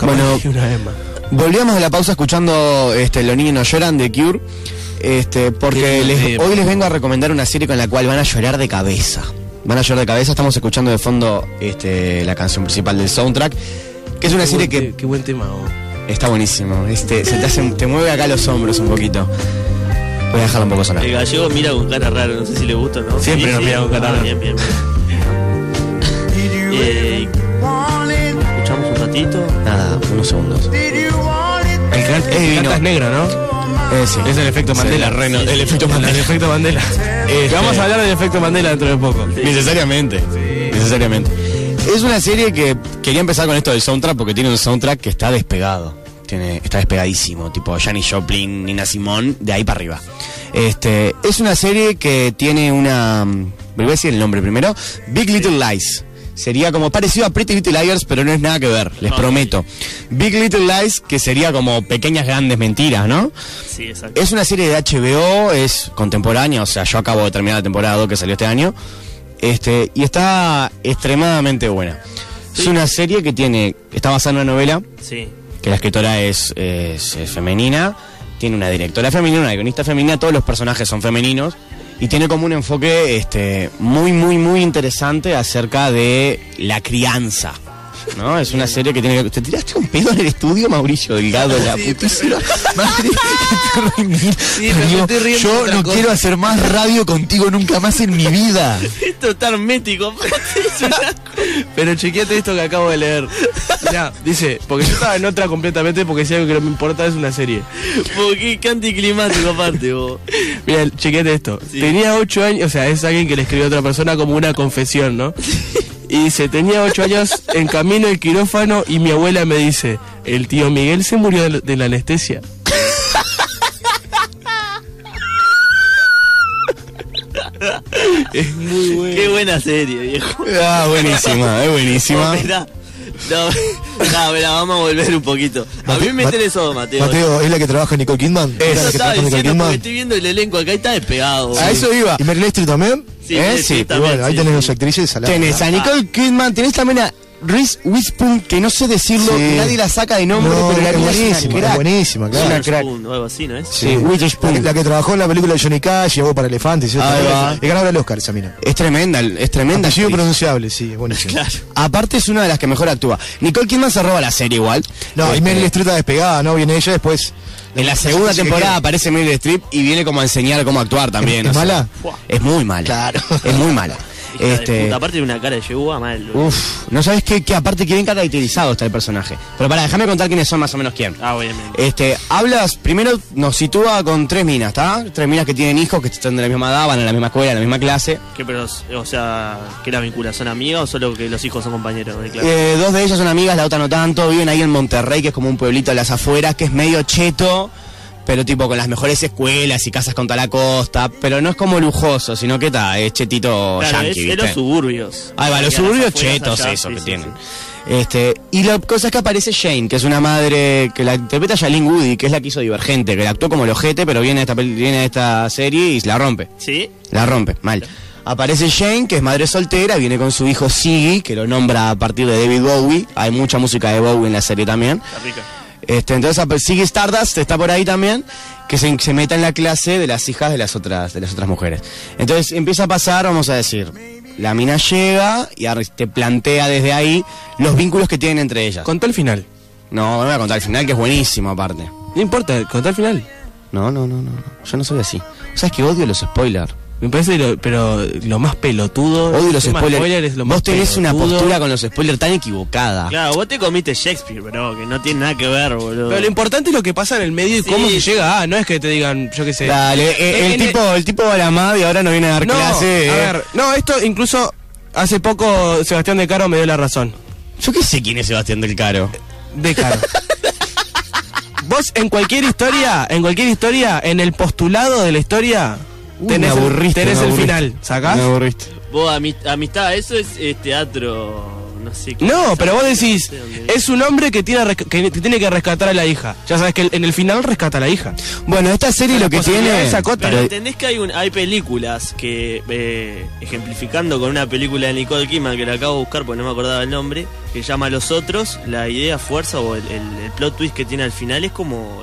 S2: Bueno,
S3: una vez más.
S2: Volvíamos de la pausa escuchando este, Los niños no lloran de Cure. Este, porque
S3: Qué lindo
S2: les-
S3: tema.
S2: hoy les vengo a recomendar una serie con la cual van a llorar de cabeza. Van a llorar de cabeza. Estamos escuchando de fondo este, la canción principal del soundtrack. Que es una
S3: Qué
S2: serie
S3: buen
S2: que
S3: te- Qué buen tema. oh.
S2: está buenísimo. Este, se te, hacen- te mueve acá los hombros un poquito. Voy a dejarlo un poco sonar.
S3: Eh,
S4: El gallego mira con cara rara, no sé si le gusta o no.
S2: Siempre nos mira con cara
S4: Ah,
S2: rara.
S4: Bien, bien, bien. Eh, escuchamos un ratito.
S2: Nada, unos segundos. El can es divino. Eh,
S3: es negro,
S2: <laughs>
S3: ¿no? Es el efecto Mandela. Reno, el efecto Mandela. El efecto Mandela. Que Vamos a hablar del efecto Mandela dentro de poco.
S2: Este, Necesariamente. Necesariamente. Es una serie que quería empezar con esto del soundtrack porque tiene un soundtrack que está despegado. Tiene, está despegadísimo, tipo Janis Joplin, Nina Simón, de ahí para arriba. Este, es una serie que tiene una. mm, Voy a decir el nombre primero: Big Little Lies. Sería como parecido a Pretty Little Liars, pero no es nada que ver, les prometo. Big Little Lies, que sería como pequeñas grandes mentiras, ¿no?
S4: Sí, exacto.
S2: Es una serie de HBO, es contemporánea, o sea, yo acabo de terminar la temporada 2 que salió este año. Este, y está extremadamente buena. Es una serie que tiene, está basada en una novela,
S4: Sí.
S2: que la escritora es, es- es femenina, tiene una directora femenina, una guionista femenina, todos los personajes son femeninos, y tiene como un enfoque este, muy, muy, muy interesante acerca de la crianza. ¿No? Es una serie que tiene que. ¿Te tiraste un pedo en el estudio, Mauricio Delgado? La putísima <laughs> madre que te reunió.
S7: pero
S2: Amigo,
S7: me estoy riendo de
S2: yo
S7: otra
S2: no
S7: cosa.
S2: quiero hacer más radio contigo nunca más en mi vida.
S4: Esto es tan mítico.
S3: Pero chequeate esto que acabo de leer. Mirá, dice, porque yo estaba en otra completamente porque si algo que no me importa es una serie.
S4: Porque qué anticlimático aparte, vos.
S3: Mira, chequeate esto. Tenía 8 años, o sea, es alguien que le escribió a otra persona como una
S2: <laughs>
S3: confesión, ¿no? Y dice, tenía 8 años en camino al quirófano y mi abuela me dice, el tío Miguel se murió de la- de la anestesia.
S4: Es muy bueno. Qué buena serie, viejo.
S2: Ah, buenísima, es buenísima.
S4: Mirá. No, no, mirá, vamos a volver un poquito. A mí me
S7: Mate-
S4: interesó, Mateo.
S7: Mateo, ¿es la que trabaja en Nicole Kidman? ¿Es
S4: Eso
S7: la que
S4: estaba
S7: trabaja en Nicole
S4: diciendo porque
S7: Kidman?
S4: estoy viendo el elenco acá y está despegado.
S7: Sí. ¿Y Meryl Streep también?
S4: Sí, Meryl Streep
S7: Y
S4: también,
S7: bueno, ahí
S4: sí,
S7: tenés
S4: sí.
S7: dos actrices. a la-
S2: Tenés a Nicole Kidman, tenés también a Reese Witherspoon, que no sé decirlo,
S7: Sí.
S2: nadie la saca de nombre,
S7: No,
S2: pero la
S7: es
S2: mina
S7: buenísima,
S2: una
S7: es
S2: crack.
S7: buenísima, claro.
S2: Es una
S7: Es
S2: crack.
S4: Un- algo así, ¿no es?
S7: La, la que trabajó en la película de Johnny Cash, llevó para Elefantes. ¿cierto?
S2: Ahí va.
S7: Y ganó el Oscar esa mina.
S2: Es tremenda, es tremenda.
S7: Apellido
S2: actriz.
S7: pronunciable, sí,
S2: <laughs>
S7: es buenísimo.
S2: Aparte es una de las que mejor actúa. Nicole Kidman se roba la serie igual.
S7: No, y
S2: Este,
S7: Meryl Streep está despegada, ¿no? Viene ella después. uh,
S2: En la segunda
S7: Sí, que
S2: temporada
S7: queda.
S2: aparece Meryl Streep y viene como a enseñar cómo actuar también.
S7: ¿Es
S2: o sea,
S7: mala?
S2: Es muy mala. Claro. Es muy
S7: <laughs>
S2: mala.
S4: Hija de
S2: este,
S4: puta, aparte de una cara de yegua, mal.
S3: Uh.
S2: Uf, no sabes qué, qué aparte qué bien caracterizado está el personaje. Pero para déjame contar quiénes son más o menos quién.
S4: Ah, obviamente.
S3: Eh.
S2: Este, hablas, primero nos sitúa con tres minas, ¿está? Tres minas que tienen hijos, que están de la misma edad, van a la misma escuela, a la misma clase.
S4: Que, pero, o sea, que la vinculación amiga o solo que los hijos son compañeros de clase.
S2: Eh, dos de ellas son amigas, la otra no tanto, viven ahí en Monterrey, que es como un pueblito a las afueras, que es medio cheto, pero tipo con las mejores escuelas y casas con toda la costa, pero no es como lujoso, sino que está, es chetito
S4: Claro,
S2: yankee,
S4: es- es
S2: ¿viste?
S4: los suburbios.
S2: Ahí va, los
S4: Porque a las
S2: suburbios
S4: afueras
S2: chetos
S4: allá,
S2: eso
S4: sí,
S2: que
S4: sí,
S2: tienen. Este, y la cosa es que aparece Shane, que es una madre que la interpreta Shailene Woody, que es la que hizo Divergente, que la actuó como el ojete, pero viene a esta, pel- viene a esta serie y la rompe.
S4: ¿Sí?
S2: La rompe, mal. Aparece Shane, que es madre soltera, viene con su hijo Siggy, que lo nombra a partir de David Bowie. Hay mucha música de Bowie en la serie también.
S4: Está rica.
S2: Este, entonces ap- Siggy Stardust está por ahí también, que se, se meta en la clase de las hijas de las otras, de las otras mujeres. Entonces empieza a pasar, vamos a decir, la mina llega y ar- te plantea desde ahí los vínculos que tienen entre ellas.
S3: Contá el final.
S2: No, no voy a contar el final, que es buenísimo aparte.
S3: No importa, contá el final.
S2: No, no, no, no. Yo no soy así. ¿Sabes que odio los spoilers?
S3: Me parece, lo- pero lo más pelotudo.
S2: Odio los
S3: el tema
S2: spoilers.
S3: spoiler es lo más
S2: Vos tenés una
S3: pelotudo.
S2: postura con los spoilers tan equivocada.
S4: Claro, vos te comiste Shakespeare, bro, que no tiene nada que ver, boludo.
S3: Pero lo importante es lo que pasa en el medio y
S4: Sí.
S3: cómo se llega a. No es que te digan, yo qué sé.
S2: Dale, eh, el,
S3: En-
S2: tipo, el tipo de la madre ahora no viene a dar
S3: No,
S2: clase.
S3: a
S2: eh.
S3: ver, no, esto incluso hace poco Sebastián de Caro me dio la razón.
S2: Yo qué sé quién es Sebastián del Caro.
S3: De
S2: <laughs>
S3: Caro. Vos en cualquier historia, en cualquier historia, en el postulado de la historia,
S2: Uy,
S3: tenés,
S2: Uh, me
S3: el-
S2: aburriste,
S3: tenés
S2: me
S3: el
S2: aburriste.
S3: final, ¿sacás?
S2: Me aburriste.
S4: Vos, ami- amistad, eso es eh, teatro, no sé qué.
S3: No,
S4: cosa,
S3: pero vos
S4: no sé
S3: decís,
S4: dónde.
S3: es un hombre que tiene, resc- que tiene que rescatar a la hija. Ya sabes que el- en el final rescata a la hija.
S2: Bueno, esta serie lo que tiene.
S3: Esa cota.
S4: Pero entendés que hay un, hay películas que, eh, ejemplificando con una película de Nicole Kidman que la acabo de buscar porque no me acordaba el nombre, que llama Los Otros, la idea fuerza o el, el- el plot twist que tiene al final es como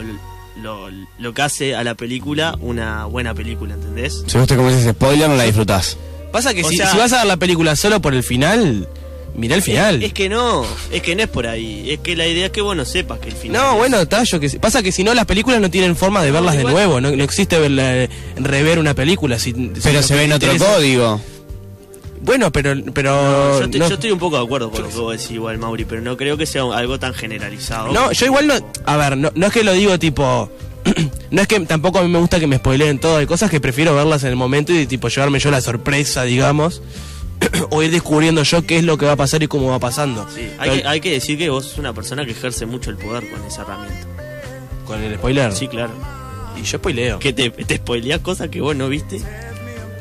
S4: lo, lo que hace a la película una buena película, ¿entendés?
S2: Si vos te comes ese spoiler, no la disfrutás.
S3: Pasa que
S4: O
S3: si,
S4: sea-
S3: si vas a ver la película solo por el final, mirá el final.
S4: Es que no, es que no es por ahí, es que la idea es que vos no sepas que el final.
S3: no,
S4: es-
S3: bueno, tallo que sí. pasa que si no las películas no tienen forma de verlas de
S4: igual-
S3: nuevo, no, no existe verla- eh, rever una película. Si, si
S2: Pero
S3: no
S2: se
S3: te
S2: ve en otro
S3: interesa.
S2: código.
S3: Bueno, pero pero
S4: Yo,
S3: no,
S4: te- yo estoy un poco de acuerdo con lo que vos decís igual, Mauri, pero no creo que sea un- algo tan generalizado.
S3: no, yo igual no, a ver, no, no es que lo digo tipo <clears throat> no es que tampoco a mí me gusta que me spoileen todo, hay cosas que prefiero verlas en el momento y tipo llevarme yo la sorpresa, digamos, <clears throat> o ir descubriendo yo qué es lo que va a pasar y cómo va pasando.
S4: Sí, hay, que, hay que decir que vos sos una persona que ejerce mucho el poder con esa herramienta.
S3: Con el spoiler.
S4: Sí, claro.
S3: Y yo spoileo.
S4: Que te, te spoileás cosas que vos no viste.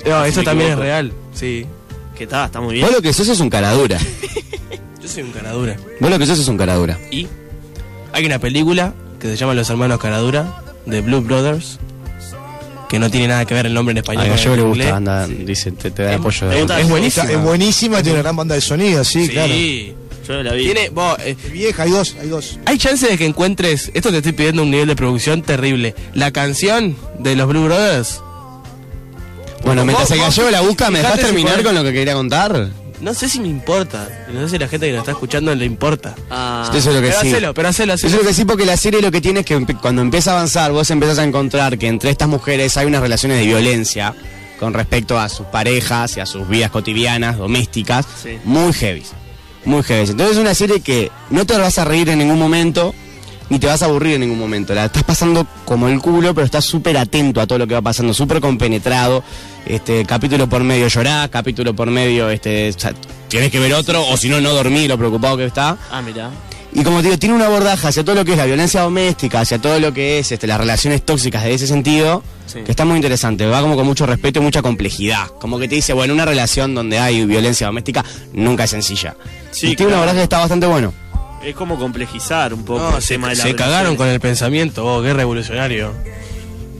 S3: No,
S4: Si
S3: eso
S4: me
S3: también es
S4: equivoco.
S3: real. Sí.
S4: Que está, está muy bien.
S2: Vos lo que sos es un caradura.
S3: Yo soy un caradura.
S2: Vos lo que sos es un caradura.
S4: Y
S3: Hay una película que se llama Los Hermanos Caradura, de Blue Brothers, que no tiene nada que ver el nombre en español.
S2: Ay,
S3: con
S2: a yo
S3: el
S2: le
S3: inglés.
S2: gusta, anda, dice, te, te da
S3: Em,
S2: apoyo.
S4: te gusta-
S2: de...
S3: buenísima.
S7: Es buenísima. Es buenísima, tiene una gran banda de sonido, sí,
S3: Sí.
S7: claro.
S4: yo no la vi.
S3: Tiene, vos, eh,
S7: Es vieja, hay dos, hay dos.
S3: hay chances de que encuentres, esto te estoy pidiendo un nivel de producción terrible, la canción de los Blue Brothers.
S2: Bueno, mientras
S3: Vos-
S2: el
S3: vos-
S2: gallego la busca, ¿me dejás
S3: fijate si
S2: terminar
S3: podés-
S2: con lo que quería contar?
S3: No sé si me importa, no sé si la gente que lo está escuchando le importa.
S4: Ah,
S2: Eso es lo que
S3: pero
S2: sí.
S3: hacelo, pero hacelo,
S2: Eso
S3: hacelo.
S2: es lo que sí, porque la serie lo que tiene es que empe- cuando empieza a avanzar, vos empezás a encontrar que entre estas mujeres hay unas relaciones de violencia con respecto a sus parejas y a sus vidas cotidianas, domésticas,
S4: Sí.
S2: muy heavy. Muy heavy. Entonces es una serie que no te vas a reír en ningún momento, ni te vas a aburrir en ningún momento. La estás pasando como el culo, pero estás súper atento a todo lo que va pasando, súper compenetrado. Este, capítulo por medio llorás, capítulo por medio este, o sea, tienes que ver otro, o si no, no dormí, lo preocupado que está.
S4: ah, mirá.
S2: Y como te digo, tiene un abordaje hacia todo lo que es la violencia doméstica, hacia todo lo que es este, las relaciones tóxicas de ese sentido,
S4: Sí.
S2: que está muy interesante. Va como con mucho respeto y mucha complejidad. Como que te dice, bueno, una relación donde hay violencia doméstica nunca es sencilla. y
S4: Sí,
S2: tiene un
S4: claro.
S2: abordaje que está bastante bueno.
S4: Es como complejizar un poco
S3: No,
S4: el
S3: se,
S4: tema de la
S3: se
S4: relación.
S3: oh, cagaron con el pensamiento, vos, qué revolucionario.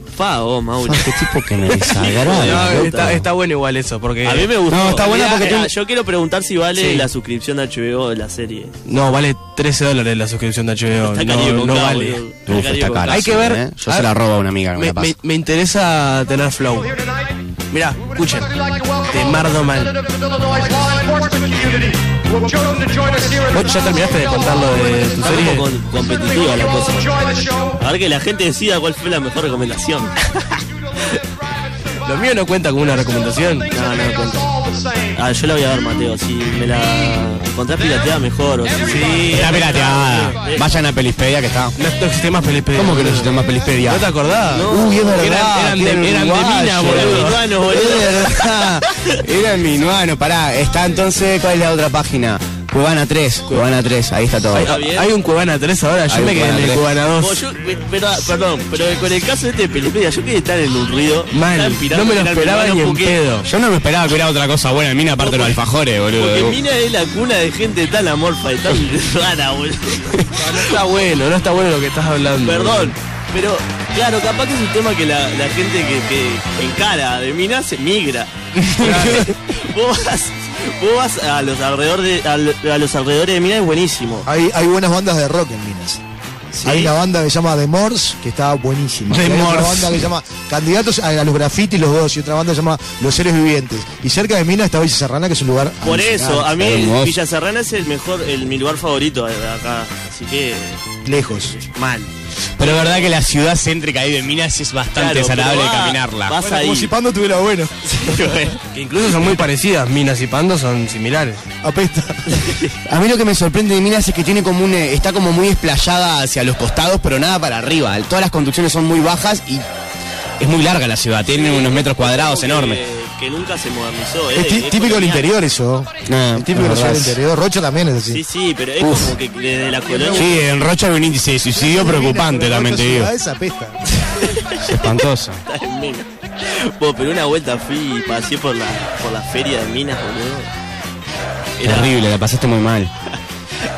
S4: zarpado, vos,
S3: <laughs>
S4: Mauro.
S2: Qué tipo <laughs> que me
S4: No,
S2: desagrada.
S4: está-
S3: Está bueno igual eso, porque. eh,
S4: A mí me gustó.
S3: No, está bueno
S4: Mirá,
S3: porque.
S4: mirá,
S3: tiene-
S4: Yo quiero preguntar si vale
S3: Sí.
S4: la suscripción de HBO de la serie.
S3: No, vale 13 dólares la suscripción de HBO.
S4: Está
S3: no,
S4: cariño con
S3: no
S4: K,
S3: vale.
S4: boludo. Está Uf, cariño está con cara, K.
S3: Hay que ver.
S4: ¿eh? Yo
S3: a
S4: se la
S3: ver,
S4: robo a una amiga, me
S3: Me,
S4: la pasa.
S3: me- me interesa tener flow. Mirá, escuchen. De Mardo Mal. Vos ya terminaste de contar lo de tu
S4: Está
S3: serie.
S4: como con- competitiva la cosa. A ver que la gente decida cuál fue la mejor recomendación.
S3: Lo mío no cuenta como una recomendación.
S4: No, no cuenta. Ah, yo la voy a ver, Mateo. Si me la encontrás pirateada, mejor. O sea, sí,
S2: Está pirateada. Vayan a Pelispedia que está.
S3: No, existe más Pelispedia.
S2: ¿Cómo que no existe más Pelispedia?
S3: ¿No te acordás?
S2: Uy, es verdad.
S3: Eran, eran de,
S2: que
S3: eran de mina,
S2: uruguayo.
S3: boludo.
S2: Es verdad. <laughs> Era minuano, pará. Está entonces, ¿cuál es la otra página? Cubana 3, Cubana 3, ahí está todo.
S4: Ahí está bien.
S3: Hay un Cubana 3 ahora, yo
S2: Hay un
S3: me quedé en
S2: Cubana
S3: el
S2: 3.
S3: Cubana 2.
S4: Vos, yo- pe- pero- perdón, pero con el caso este de Pelispedia, yo quería estar en un ruido.
S2: Mal,
S4: tan pirata, tan pirata, porque-
S2: Yo no me esperaba que era otra cosa buena en mina, aparte de los alfajores, boludo.
S4: Porque Mina es la cuna de gente tan amorfa y tan
S2: <laughs>
S4: rara, boludo.
S3: No está bueno, no está bueno lo que estás hablando.
S4: Perdón, pero claro, capaz que es un tema que la, la gente que, que encara de Mina
S2: <laughs>
S4: se migra. vos, vas, vos vas a los alrededor de, a, lo- a los alrededores de Mina es buenísimo.
S2: Ah,
S7: Hay, hay buenas bandas de rock en Minas. Hay una banda que se llama The Morse, que está buenísima.
S3: The
S7: Y hay otra
S3: Morse.
S7: banda que se llama Candidatos a, a los Graffiti, los dos. Y otra banda que se llama Los Seres Vivientes. Y cerca de Minas está Villa Serrana, que es un lugar.
S4: Por eso,
S5: ah.
S4: a mí
S7: Hermoso.
S4: Villa Serrana es el mejor, el, mi lugar favorito de acá. Así que
S7: Lejos.
S4: mal.
S2: Pero es verdad que la ciudad céntrica ahí de Minas es bastante
S4: Claro, pero
S2: desagradable
S4: va-
S2: caminarla.
S4: vas
S7: Bueno, como
S4: <laughs>
S7: si Pando tuviera bueno.
S3: Que incluso son muy parecidas, Minas y Pando son similares.
S7: <laughs> Apesta.
S5: <laughs>
S2: A mí lo que me sorprende de Minas es que tiene como un, eh, está como muy esplayada hacia los costados, pero nada para arriba. Todas las construcciones son muy bajas y es muy larga la ciudad, tiene unos metros cuadrados enormes.
S4: Que, que nunca se modernizó. ¿eh?
S7: Es tí-
S4: Es
S7: típico del
S4: colonial.
S7: interior eso.
S2: No,
S7: es típico de la ciudad del interior. Rocha también es así.
S4: Sí, sí, pero es
S7: Uf.
S4: como que desde la colonia.
S2: en Rocha hay un índice de suicidio preocupante,
S7: Rocha
S2: también te digo.
S7: ciudad es apesta.
S2: Es <laughs> espantoso.
S4: Está en Minas. Vos, pero una vuelta fui y pasé por la, por la feria de Minas, boludo. Era-
S2: Terrible, la pasaste muy mal.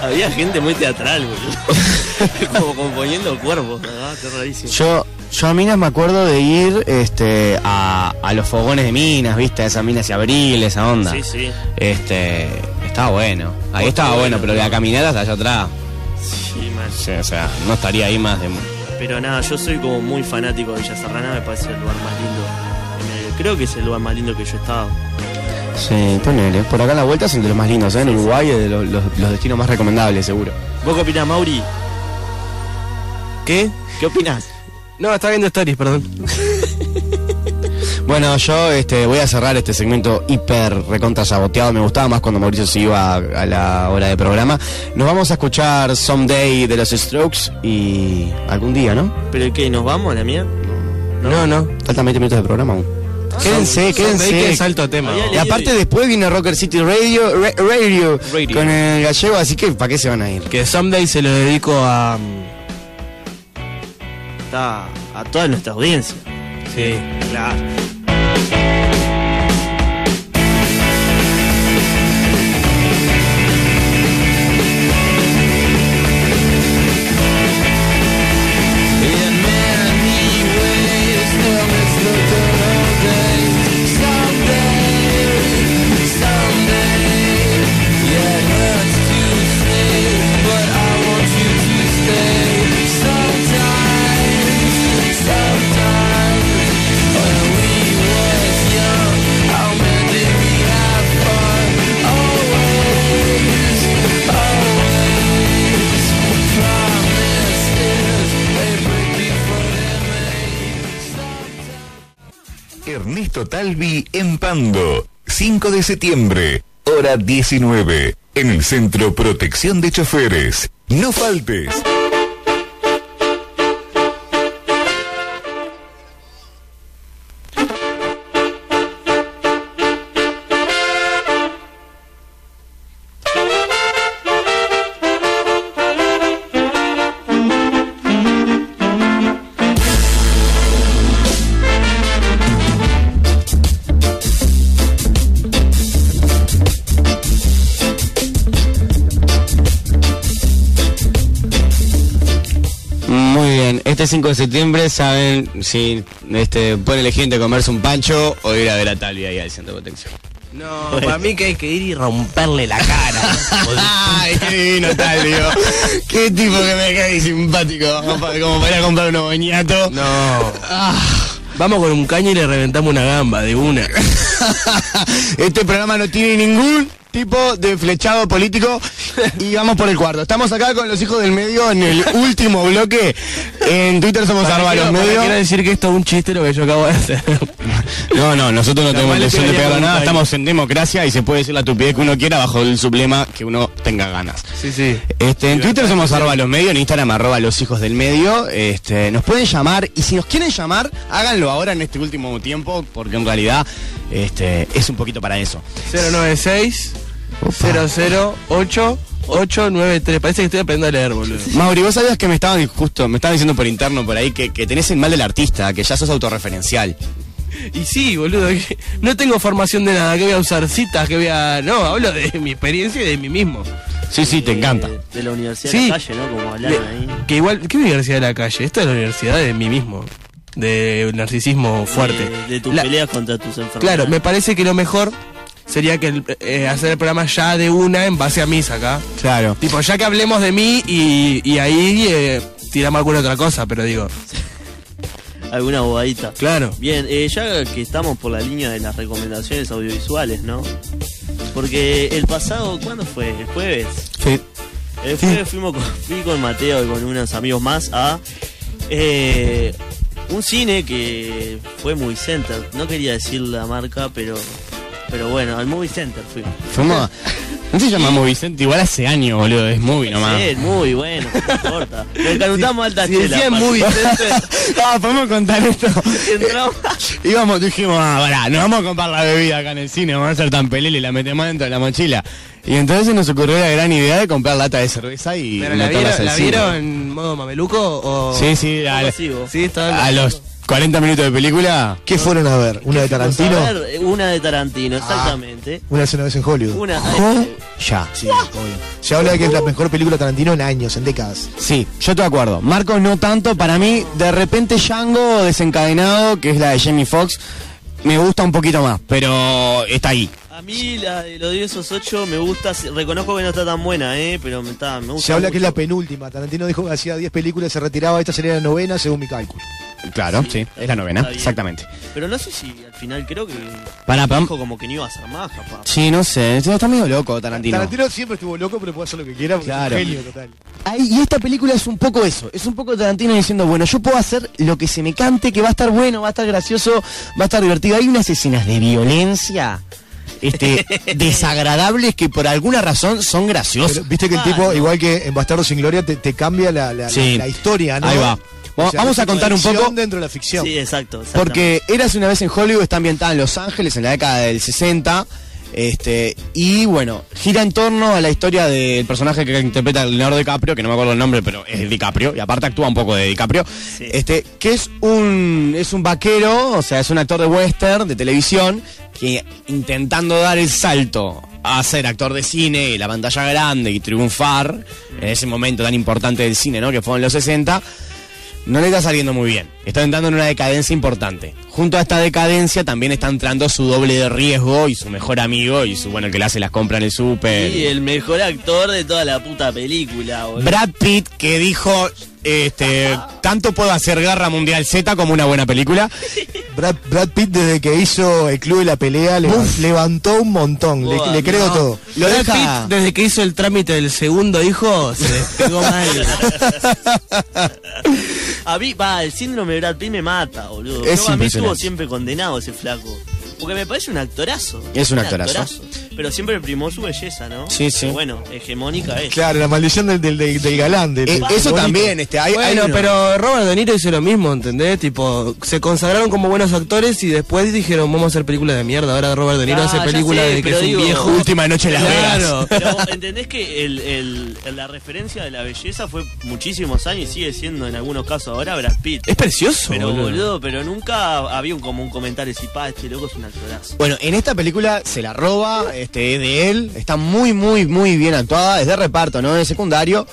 S4: Había gente muy teatral, boludo. <laughs> como componiendo cuervos, ¿verdad? Qué rarísimo.
S2: Yo, yo a Minas me acuerdo de ir este, a, a los fogones de Minas, ¿viste? A esas Minas y Abril, esa onda.
S4: Sí, sí.
S2: Este, estaba bueno. Ahí estaba
S4: Oh, está
S2: bueno,
S4: bueno,
S2: pero la caminada hasta allá atrás.
S4: Sí, mal.
S2: Sí, o sea, no estaría ahí más de...
S4: Pero nada, yo soy como muy fanático de Villa Serrana, me parece el lugar más lindo. En el- Creo que es el lugar más lindo que yo he estado.
S2: Sí, ponele. Por acá en la vuelta son de los más lindos, ¿eh? En Uruguay es de los, los- los destinos más recomendables, seguro.
S4: ¿Vos qué opinás, Mauri?
S3: ¿Qué?
S4: ¿Qué opinás?
S3: No, está viendo stories, perdón.
S2: Bueno, yo este, voy a cerrar este segmento hiper recontra saboteado. Me gustaba más cuando Mauricio se iba a, a la hora de programa. Nos vamos a escuchar Someday de los Strokes y algún día, ¿no?
S4: ¿Pero qué? ¿Nos vamos a la mierda?
S3: No, no.
S2: Faltan 20 minutos de programa aún. Quédense,
S3: Ahí que
S2: quédense.
S3: salto a tema.
S4: Había
S2: Y aparte después viene Rocker City Radio, Ra- Radio,
S3: Radio.
S2: con el gallego, así que ¿para qué se van a ir?
S3: Que someday se lo dedico a. mm,
S4: Está a toda nuestra audiencia.
S3: Sí.
S4: Claro. <laughs>
S5: Ernesto Talvi en Pando, 5 de septiembre, hora 19, en el Centro Protección de Choferes. No faltes.
S2: el 5 Este de septiembre saben si este, pueden elegir entre comerse un pancho o ir a ver a Talvia ahí al centro de protección.
S3: No, para mí que hay que ir y romperle la cara.
S4: <laughs>
S2: Ay, qué divino Talvio. qué tipo que me cae simpático. Como para, como para ir a comprar unos
S3: <laughs>
S2: boñatos.
S3: No. Vamos con un caño y le reventamos una gamba de <laughs> una.
S13: Este programa no tiene ningún tipo de flechado político y vamos por el cuarto. Estamos acá con los hijos del medio en el último bloque. En Twitter somos
S3: Para
S13: Arvalos
S3: quiero- para
S13: Medio.
S3: quiero decir que esto es un chiste lo que yo acabo de hacer.
S2: No, no, nosotros no
S3: Capaz
S2: tenemos
S3: le
S2: intención de
S3: pegaría
S2: pegar a
S3: con un
S2: nada,
S3: caño.
S2: estamos en democracia y se puede decir la estupidez que uno quiera bajo el sublema que uno tenga ganas.
S3: <laughs> Sí, sí.
S2: Este, en Twitter somos arroba los medios, en Instagram arroba los hijos del medio. Este, nos pueden llamar y si nos quieren llamar, háganlo ahora en este último tiempo, porque en realidad este, es un poquito para eso.
S3: 096 008 893. Parece que estoy aprendiendo a leer, boludo.
S2: Mauri, vos sabías que me estaban justo, me estaban diciendo por interno por ahí que, que tenés el mal del artista, que ya sos autorreferencial.
S3: Y sí, boludo, que no tengo formación de nada, que voy a usar citas, que voy a. No, hablo de mi experiencia y de mí mismo.
S2: Sí, sí, te encanta.
S4: De la Universidad
S3: Sí.
S4: de la Calle, ¿no? Como hablaron
S3: Me-
S4: ahí.
S3: Que igual, ¿qué universidad de la calle? Esto es la universidad de mí mismo. De narcisismo fuerte.
S4: De, de tus
S3: La-
S4: peleas contra tus enfermedades.
S3: Claro, me parece que lo mejor sería que el- eh, hacer el programa ya de una en base a mis acá.
S2: Claro.
S3: Tipo, ya que hablemos de mí y, y ahí eh, tiramos alguna otra cosa, pero digo.
S4: Alguna bobadita.
S3: Claro.
S4: Bien, eh, ya que estamos por la línea de las recomendaciones audiovisuales, ¿no? Porque el pasado, ¿cuándo fue? ¿El jueves?
S13: Sí.
S4: El jueves fuimos con, fui con Mateo y con unos amigos más a eh, un cine que fue Movie Center. No quería decir la marca, pero pero bueno, al Movie Center fuimos.
S2: Fuimos. No se llama Movie Center, igual hace años, boludo, es movie nomás.
S4: Sí, muy bueno, no importa. Le encanutamos alta
S2: si
S4: chela.
S2: decía Movie <laughs> Center.
S4: <laughs>
S2: Ah, podemos contar esto. Íbamos, dijimos, ah, pará, nos vamos a comprar la bebida acá en el cine, vamos a hacer tan pelele y la metemos dentro de la mochila. Y entonces nos ocurrió la gran idea de comprar lata de cerveza y
S3: Pero la
S2: meterlas
S3: vieron,
S2: al
S3: la
S2: cine.
S3: vieron en modo mameluco o.
S2: Sí, sí, al-
S3: Sí, estaba-
S2: A los 40 minutos de película.
S7: ¿Qué fueron a ver? ¿Una de Tarantino?
S4: A ver, una de Tarantino, exactamente.
S7: Una hace una vez en Hollywood.
S4: Una-
S2: Ya.
S7: Sí, obvio. Se habla de que es la mejor película de Tarantino en años, en décadas.
S2: Sí, yo te acuerdo. Marcos no tanto, para mí, de repente Django desencadenado, que es la de Jamie Foxx, me gusta un poquito más, pero está ahí.
S4: A mí la de los 10 esos 8 me gusta, sí, reconozco que no está tan buena, eh, pero me, está, me gusta.
S7: Se habla que es
S4: mucho.
S7: la penúltima. Tarantino dijo que hacía 10 películas, se retiraba, esta sería la novena, según mi cálculo.
S2: Claro, sí, es la novena,
S4: está bien.
S2: exactamente.
S4: Pero no sé si al final creo que
S2: Pará, pam.
S4: dijo como que no iba a hacer más, capaz.
S2: Sí, no sé, está medio loco Tarantino.
S7: Tarantino siempre estuvo loco, pero puede hacer lo que quiera, porque
S2: Claro.
S7: es un genio total.
S2: Ay, y esta película es un poco eso, es un poco Tarantino diciendo, bueno, yo puedo hacer lo que se me cante, que va a estar bueno, va a estar gracioso, va a estar divertido. Hay unas escenas de violencia
S7: <laughs>
S2: este, desagradables que por alguna razón son graciosas.
S7: Pero viste que el tipo, igual que en Bastardo sin Gloria, te, te cambia la, la- la-
S2: Sí.
S7: la historia, ¿no?
S2: Ahí va. Vamos- vamos a
S7: la
S2: contar un
S7: ficción
S2: poco-
S7: dentro de la ficción.
S4: Sí, exacto. exactamente.
S2: Porque Eras una vez en Hollywood está ambientada en Los Ángeles en la década del 60. Este, y bueno, gira en torno a la historia del personaje que interpreta Leonardo DiCaprio, que no me acuerdo el nombre, pero es DiCaprio, y aparte actúa un poco de DiCaprio, este, que es un, es un vaquero, o sea, es un actor de western, de televisión, que intentando dar el salto a ser actor de cine y la pantalla grande y triunfar en ese momento tan importante del cine, ¿no? Que fue en los 60, no le está saliendo muy bien. Está entrando en una decadencia importante. Junto a esta decadencia también está entrando su doble de riesgo y su mejor amigo y su, bueno, el que le hace las compras en el súper.
S4: Y el mejor actor de toda la puta película, boludo.
S2: Brad Pitt que dijo, este, tanto puedo hacer Guerra Mundial Z como una buena
S3: <laughs>
S2: película.
S7: <laughs> Brad, Brad Pitt, desde que hizo el Club de la Pelea, le- levantó un montón. Le, le creo
S3: No,
S7: todo.
S3: Lo de Pitt, desde que hizo el trámite del segundo hijo, se
S4: <laughs>
S3: despegó mal.
S4: A mí, va, el síndrome de Brad Pitt me mata, boludo.
S2: Es
S4: Yo, a mí estuvo
S2: impresionante.
S4: siempre condenado ese flaco. Porque me parece un actorazo.
S2: Es un actorazo.
S4: Pero siempre primó su belleza, ¿no?
S2: Sí, sí.
S4: Pero bueno, hegemónica es.
S7: Claro, la maldición del, del, del- del galán. del-
S2: Eh,
S3: Eh,
S7: del bonito.
S2: este,
S3: bueno, pero Robert De Niro hizo lo mismo, ¿entendés? Tipo, se consagraron como buenos actores y después dijeron, vamos a hacer películas de mierda. Ahora Robert De Niro
S4: Ah,
S3: hace
S4: ya
S3: películas
S4: sé,
S3: de que
S4: pero
S3: es un
S4: digo-
S3: viejo.
S2: Última noche en Las
S3: Claro.
S4: Pero vos entendés que el- el- la referencia de la belleza fue muchísimos años y sigue siendo en algunos casos ahora Brad Pitt.
S3: Es precioso,
S4: Pero
S3: boludo.
S4: boludo, pero nunca había un, como un comentario así, pa, este loco es un actorazo.
S2: Bueno, en esta película se la roba, este, es de él, está muy, muy, muy bien actuada, es de reparto, no de secundario.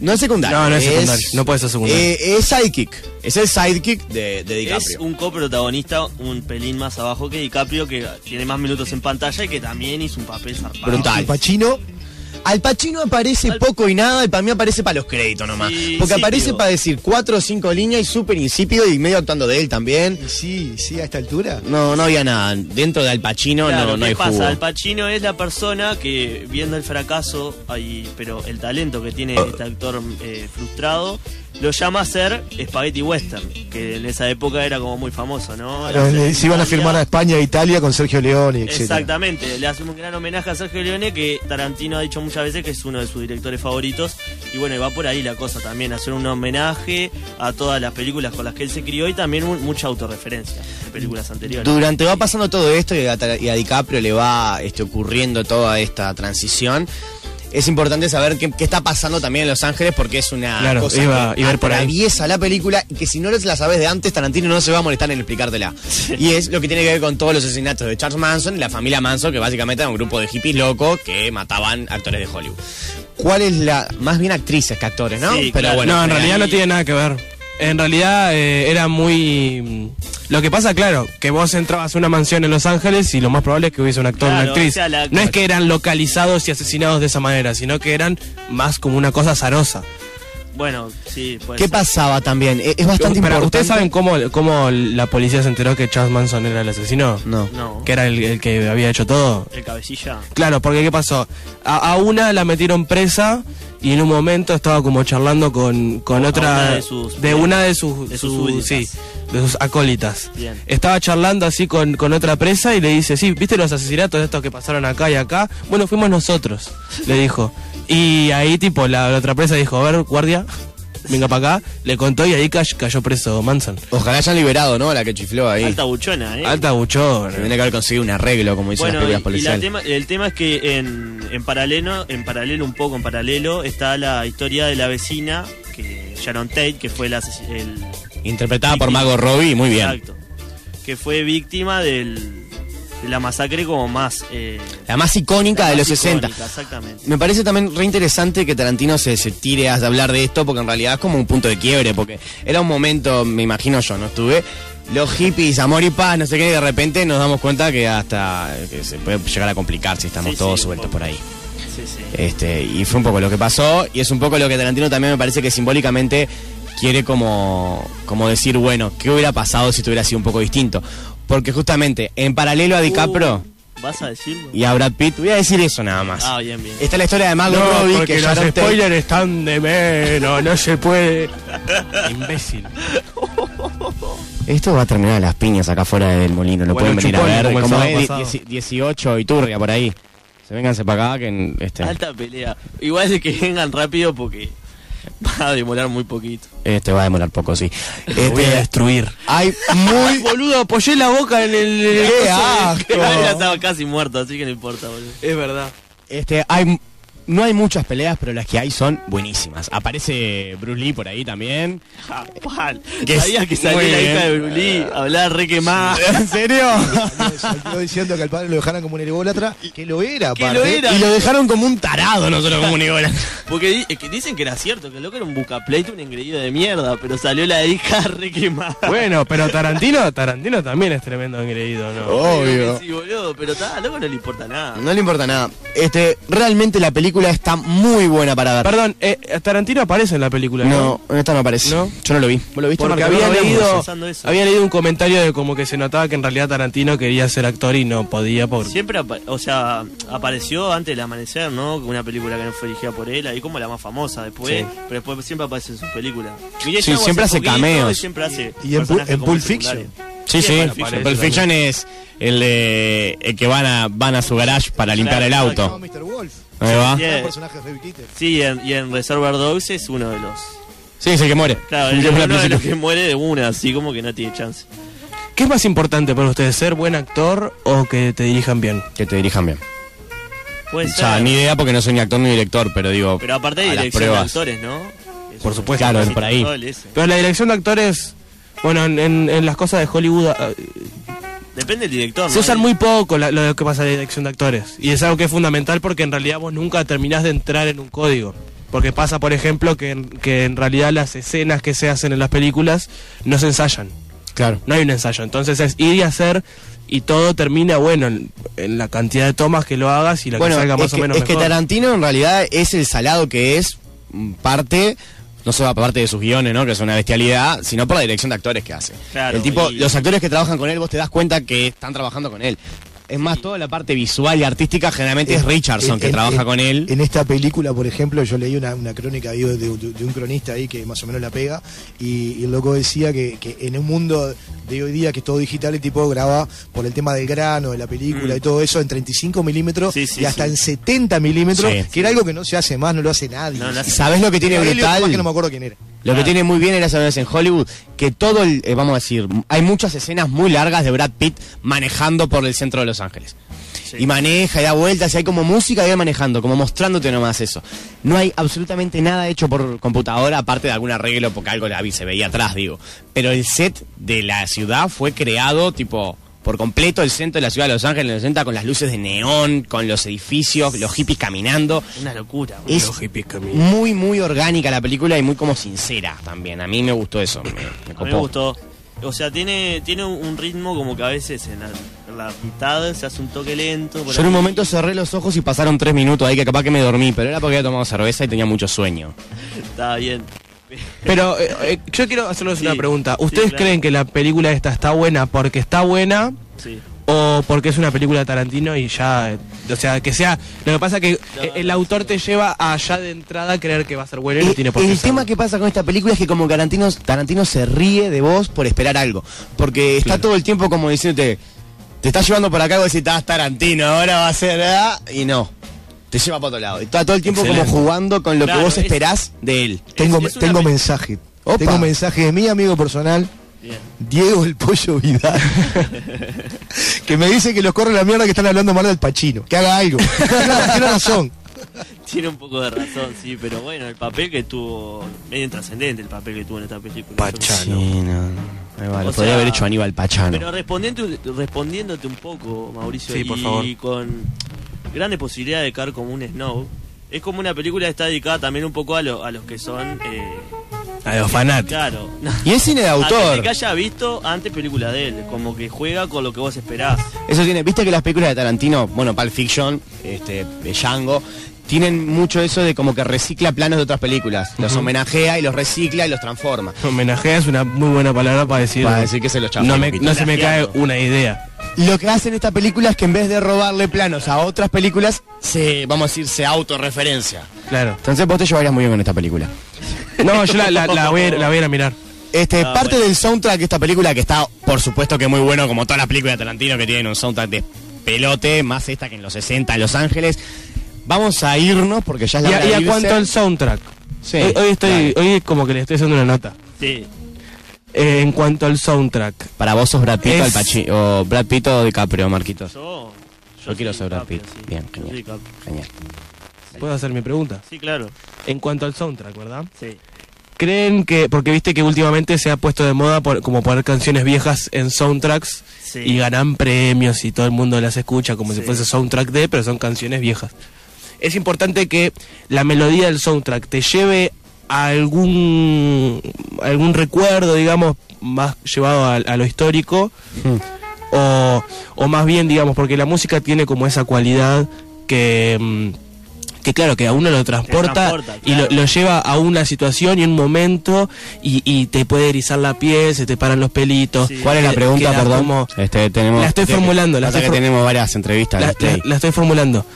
S2: No es secundario.
S3: No, no es secundario, no puede ser secundario.
S2: eh, es sidekick. Es el sidekick de, de DiCaprio.
S4: Es un coprotagonista un pelín más abajo que DiCaprio, que tiene más minutos en pantalla y que también hizo un papel zarpado.
S2: Brutal. Al Pacino. Al Pacino aparece poco y nada, y para mí aparece para los créditos nomás.
S4: Sí,
S2: Porque
S4: sí,
S2: aparece
S4: digo.
S2: para decir cuatro o cinco líneas y súper insípido y medio actuando de él también.
S7: Sí, sí, a esta altura.
S2: No, no había nada. Dentro de Al Pacino
S4: Claro,
S2: no, no
S4: ¿qué
S2: hay
S4: pasa?
S2: jugo.
S4: Al Pacino es la persona que viendo el fracaso, ahí, pero el talento que tiene este actor eh, frustrado, lo llama a ser Spaghetti Western, que en esa época era como muy famoso, ¿no?
S7: Pero,
S4: Era-
S7: eh, se iban a firmar a España e Italia con Sergio León y etc.
S4: Exactamente, le hace un gran homenaje a Sergio Leone que Tarantino ha dicho muchas veces que es uno de sus directores favoritos y bueno, y va por ahí la cosa también, hacer un homenaje a todas las películas con las que él se crió y también mu- mucha autorreferencia de películas anteriores.
S2: Durante va pasando todo esto y a, Tar- y a DiCaprio le va este, ocurriendo toda esta transición. Es importante saber qué, qué está pasando también en Los Ángeles porque es una
S3: Claro,
S2: cosa
S3: iba-
S2: que
S3: iba a ir por ahí.
S2: atraviesa la película y que si no la sabes de antes, Tarantino no se va a molestar en explicártela. Y es lo que tiene que ver con todos los asesinatos de Charles Manson y la familia Manson, que básicamente era un grupo de hippies locos que mataban actores de Hollywood. ¿Cuál es la...? Más bien actrices que actores, ¿no?
S3: Sí, claro. No, en
S4: eh,
S3: realidad no tiene nada que ver. En realidad eh, era muy. mm, Lo que pasa, claro, que vos entrabas a una mansión en Los Ángeles y lo más probable es que hubiese un actor o una
S4: Claro,
S3: actriz.
S4: o sea, la-
S3: No es que eran localizados y asesinados de esa manera, sino que eran más como una cosa zarosa.
S4: Bueno, sí, pues...
S2: ¿Qué pasaba también? Es, es bastante
S3: Pero,
S2: importante.
S3: ¿Ustedes saben cómo, cómo la policía se enteró que Charles Manson era el asesino?
S2: No.
S4: No.
S3: ¿Que era el- el que había hecho todo?
S4: El cabecilla.
S3: Claro, porque ¿qué pasó? A, a una la metieron presa y en un momento estaba como charlando con, con
S4: A
S3: otra...
S4: una de sus-
S3: de una de sus...
S4: de sus
S3: sus-
S4: súbditas.
S3: sí, de sus acólitas.
S4: Bien.
S3: Estaba charlando así con, con otra presa y le dice, sí, ¿viste los asesinatos estos que pasaron acá y acá? Bueno, fuimos nosotros, le dijo. Y ahí tipo la, la otra presa dijo, a ver, guardia, venga para acá. Le contó y ahí cay- cayó preso Manson.
S2: Ojalá hayan liberado, ¿no? La que chifló ahí.
S4: Alta buchona, ¿eh?
S3: Alta buchón.
S2: Tiene que haber conseguido un arreglo, como dicen las
S4: Bueno, y,
S2: películas
S4: y la
S2: policiales.
S4: tema- el tema es que en, en paralelo, en paralelo un poco en paralelo está la historia de la vecina que Sharon Tate, que fue la ases- el
S2: Interpretada por Mago Robbie, muy bien.
S4: Exacto. Que fue víctima del, de la masacre como más... eh,
S2: La más icónica
S4: la
S2: de
S4: más
S2: los 60.
S4: icónica, Exactamente.
S2: Me parece también re interesante que Tarantino se, se tire a hablar de esto, porque en realidad es como un punto de quiebre, porque era un momento, me imagino yo, no estuve. Los hippies, amor y paz, no sé qué, y de repente nos damos cuenta que hasta que se puede llegar a complicar si estamos
S4: Sí,
S2: todos
S4: sí, un
S2: sueltos
S4: poco.
S2: por ahí.
S4: Sí, sí.
S2: Este, y fue un poco lo que pasó, y es un poco lo que Tarantino también me parece que simbólicamente quiere como, como decir, bueno, ¿qué hubiera pasado si hubiera sido un poco distinto? Porque justamente, en paralelo a DiCaprio
S4: Uh, ¿Vas a decirlo?
S2: y Este, a Brad Pitt, voy a decir eso nada más.
S4: Ah, bien, bien.
S2: Está la historia de Margot Robbie, que
S3: los
S2: Sharon Tate-
S3: spoilers están de menos, no se puede. Imbécil.
S2: Esto va a terminar a las piñas acá afuera del molino, lo
S3: Bueno,
S2: pueden venir a
S3: chupón,
S2: ver.
S3: como el
S2: como
S3: sábado
S2: es,
S3: pasado.
S2: dieci- 18 y turria por ahí. Se vénganse para acá que en- este,
S4: Alta pelea. Igual de que vengan rápido porque <laughs> va a demorar muy poquito.
S2: este va a demorar poco, sí. Este,
S3: Voy a destruir.
S2: hay muy...
S3: <laughs> Boludo, apoyé la boca en el.
S2: ¡Qué
S4: <laughs>
S3: coso de-
S2: asco! Eh,
S4: Ya estaba casi muerto, así que no importa, boludo.
S3: <laughs> Es verdad.
S2: Este, hay, no hay muchas peleas, pero las que hay son buenísimas. Aparece Bruce Lee por ahí también.
S4: Ja, pal.
S2: Que es-
S4: Sabía que salía
S2: muy
S4: la hija
S2: bien.
S4: de Brulí, hablaba re quemada.
S2: ¿En serio?
S7: <laughs> Salió diciendo que al padre lo dejaran como un ególatra, que lo era,
S4: Que
S7: aparte.
S4: lo era.
S2: y lo dejaron como un tarado nosotros
S4: <laughs>
S2: como un ídolo.
S4: Porque di- es que dicen que era cierto, que el loco era un bucapleito, un engreído de mierda, pero salió la hija re quemada.
S3: Bueno, pero Tarantino, Tarantino también es tremendo engreído, ¿no?
S2: Obvio.
S4: Sí, boludo, pero está, loco no le importa nada.
S2: No le importa nada. Este, realmente la película está muy buena para ver.
S3: Perdón, eh, Tarantino aparece en la película, ¿no?
S2: No, en esta no aparece.
S3: ¿No?
S2: Yo no lo vi. ¿Vos lo viste?
S3: Porque
S2: Marco?
S3: había
S2: No lo vi.
S3: leído,
S4: pensando eso.
S3: había leído un comentario de como que se notaba que en realidad Tarantino quería ser actor y no podía por...
S4: Siempre, apa- o sea, apareció antes del amanecer, ¿no? Una película que no fue dirigida por él, ahí como la más famosa después,
S3: Sí.
S4: pero después siempre aparece en sus películas.
S2: Sí, siempre hace cameos.
S4: Siempre hace
S7: Y en Pul-
S4: personajes
S7: en
S4: como
S7: Pulp Fiction.
S4: secundarios.
S2: Sí,
S4: Sí,
S2: sí.
S4: Pulp
S2: Pulp Fiction,
S4: Fiction.
S2: es el de el que van a van a su garage para limpiar el
S7: No,
S2: auto.
S7: Mr. Wolf.
S2: Ahí va.
S4: Sí,
S7: Era
S4: eh,
S7: un personaje de Baby Keaton.
S4: sí, y en, y en Reservoir Dogs es uno de los...
S2: Sí, es el que muere.
S4: Claro,
S2: El
S4: es
S2: que muere
S4: uno
S2: al
S4: de los que
S2: principio.
S4: muere de una, así como que no tiene chance.
S3: ¿Qué es más importante para ustedes, ser buen actor o que te dirijan bien?
S2: Que te dirijan bien.
S4: Puede
S2: O sea,
S4: ser,
S2: ni idea porque no soy ni actor ni director, pero digo.
S4: pero aparte
S2: a
S4: de
S2: las
S4: dirección de
S2: pruebas.
S4: actores, ¿no? Es
S2: Por
S4: un-
S2: supuesto, claro, por ahí.
S4: rol ese.
S3: Pero la dirección de actores, bueno, en, en- en las cosas de Hollywood ah,
S4: Depende del director,
S3: se
S4: ¿no?
S3: usan muy poco la- lo que pasa en la dirección de actores. Y es algo que es fundamental porque en realidad vos nunca terminás de entrar en un código. Porque pasa, por ejemplo, que en, que en realidad las escenas que se hacen en las películas no se ensayan.
S14: Claro.
S3: No hay un ensayo. Entonces es ir y hacer y todo termina, bueno, en, en la cantidad de tomas que lo hagas y la
S2: bueno,
S3: que salga
S2: es,
S3: más
S2: que,
S3: o menos
S2: es que
S3: mejor.
S2: Tarantino en realidad es el salado que es mm, parte, no solo parte de sus guiones, ¿no? que es una bestialidad, sino por la dirección de actores que hace.
S4: Claro,
S2: el tipo,
S4: y-
S2: los actores que trabajan con él, vos te das cuenta que están trabajando con él. Es más, toda la parte visual y artística generalmente es Richardson
S7: en-
S2: que
S7: en-
S2: trabaja
S7: en-
S2: con él.
S7: En esta película, por ejemplo, yo leí una, una crónica ahí de, de- de un cronista ahí que más o menos la pega, y, y el loco decía que, que en un mundo de hoy día que es todo digital, el tipo graba por el tema del grano, de la película y todo eso, en 35 milímetros y hasta en 70 milímetros,
S2: Sí.
S7: que era algo que no se hace más, no lo hace nadie.
S2: No lo hace ¿Sabés nadie. lo que tiene
S7: Era él,
S2: brutal?
S7: capaz que no me acuerdo quién era.
S2: Lo que tiene muy bien era esa vez en Hollywood, que todo el, eh, vamos a decir, hay muchas escenas muy largas de Brad Pitt manejando por el centro de Los Ángeles. Y maneja y da vueltas, y hay como música y va manejando, como mostrándote nomás eso. No hay absolutamente nada hecho por computadora, aparte de algún arreglo, porque algo la vi- se veía atrás, digo. Pero el set de la ciudad fue creado, tipo, por completo el centro de la ciudad de Los Ángeles en los 60, con las luces de neón, con los edificios, los hippies caminando.
S4: Una locura.
S2: Es muy, muy orgánica la película y muy como sincera también. A mí me gustó eso. Me, me
S4: A mí
S2: copó.
S4: me gustó. O sea, tiene, tiene un ritmo como que a veces en la, en la mitad se hace un toque lento. por
S2: Yo en un
S4: ahí.
S2: momento cerré los ojos y pasaron tres minutos ahí que capaz que me dormí, pero era porque había tomado cerveza y tenía mucho sueño.
S4: Está bien.
S3: Pero eh, eh, yo quiero hacerles una pregunta. ¿Ustedes
S4: claro.
S3: creen que la película esta está buena porque está buena
S4: Sí.
S3: o porque es una película de Tarantino y ya, eh, o sea, que sea, lo que pasa es que eh, el autor te lleva a ya de entrada a creer que va a ser bueno y no
S2: Eh,
S3: tiene por qué
S2: el
S3: ser.
S2: tema que pasa con esta película es que como Tarantino, Tarantino se ríe de vos por esperar algo. Porque está todo el tiempo como diciéndote, te está llevando para acá y vos decís, estás Tarantino, ahora va a ser... ah", Y no, te lleva para otro lado. Está todo el tiempo
S14: Excelente.
S2: como jugando con lo
S14: Claro,
S2: que vos
S14: es-
S2: esperás de él.
S7: Tengo, tengo mensaje. Tengo mensaje de mi amigo personal, Diego el Pollo Vidal. que me dice que los corre la mierda que están hablando mal del Pachino. Que haga algo. Tiene razón.
S4: <laughs> Tiene un poco de razón, sí, pero bueno, el papel que tuvo, medio trascendente el papel que tuvo en esta película.
S2: Sí, no, no, igual,
S4: O
S2: podría
S4: sea,
S2: haber hecho Aníbal Pachano.
S4: Pero respondiendo, respondiéndote un poco, Mauricio,
S2: Sí,
S4: y
S2: por favor.
S4: con grandes posibilidades de caer como un snow, es como una película que está dedicada también un poco a, lo- a los que son... eh,
S3: A los fanáticos.
S4: Claro. <laughs>
S2: Y es cine de
S4: A
S2: autor.
S4: gente que haya visto antes películas de él, como que juega con lo que vos esperás.
S2: Eso tiene, viste que las películas de Tarantino, bueno, Pulp Fiction, este, Django, tienen mucho eso de como que recicla planos de otras películas. Los
S3: Ujú.
S2: homenajea y los recicla y los transforma.
S3: Homenajea es una muy buena palabra para decir.
S2: Para decir que se lo chafó
S3: No,
S2: un
S3: me-
S2: poquito.
S3: no se me cae
S2: Plagiando.
S3: una idea.
S2: Lo que hacen esta película es que en vez de robarle planos a otras películas, se, vamos a decir, se autorreferencia.
S3: Claro.
S2: Entonces vos te llevarías muy bien con esta película.
S3: No, yo la, la- la voy, a ir- la voy a ir a mirar.
S2: Este,
S3: Ah,
S2: parte
S3: bueno.
S2: del soundtrack de esta película, que está, por supuesto que muy bueno, como todas las películas de Tarantino que tienen un soundtrack de pelote, más esta que en los 60 en Los Ángeles. Vamos a irnos porque ya es la
S3: ¿Y
S2: hora
S3: a,
S2: de
S3: y a
S2: irse.
S3: cuánto el soundtrack?
S2: Sí,
S3: Hoy, hoy estoy, hoy como que le estoy haciendo una nota.
S4: Sí.
S3: Eh, en cuanto al soundtrack.
S2: Para vos sos Brad Pitt o
S3: Es-
S2: Al Paci- o Brad Pitt o DiCaprio, Marquitos.
S4: Yo,
S2: Yo quiero ser Brad Pitt. Bien, genial.
S4: DiCaprio.
S2: genial.
S3: ¿Puedo hacer mi pregunta?
S4: Sí, claro.
S3: En cuanto al soundtrack, ¿verdad?
S4: Sí.
S3: ¿Creen que, porque viste que últimamente se ha puesto de moda por- como poner canciones viejas en soundtracks
S4: Sí.
S3: y ganan premios y todo el mundo las escucha como si fuese soundtrack de, pero son canciones viejas? Es importante que la melodía del soundtrack te lleve a algún, a algún recuerdo, digamos, más llevado a, a lo histórico. O, o más bien, digamos, porque la música tiene como esa cualidad que, mm, que claro, que a uno lo transporta,
S4: transporta,
S3: y lo, lo lleva a una situación y un momento y, y te puede erizar la piel, se te paran los pelitos.
S2: ¿Cuál es la
S3: Queda-
S2: pregunta,
S3: queda
S2: perdón?
S3: como-
S2: Este, tenemos,
S3: La estoy
S2: que-
S3: formulando, la
S2: pasa
S3: estoy
S2: que
S3: for-
S2: tenemos varias entrevistas. este.
S3: la,
S2: de Play.
S3: la- la estoy formulando.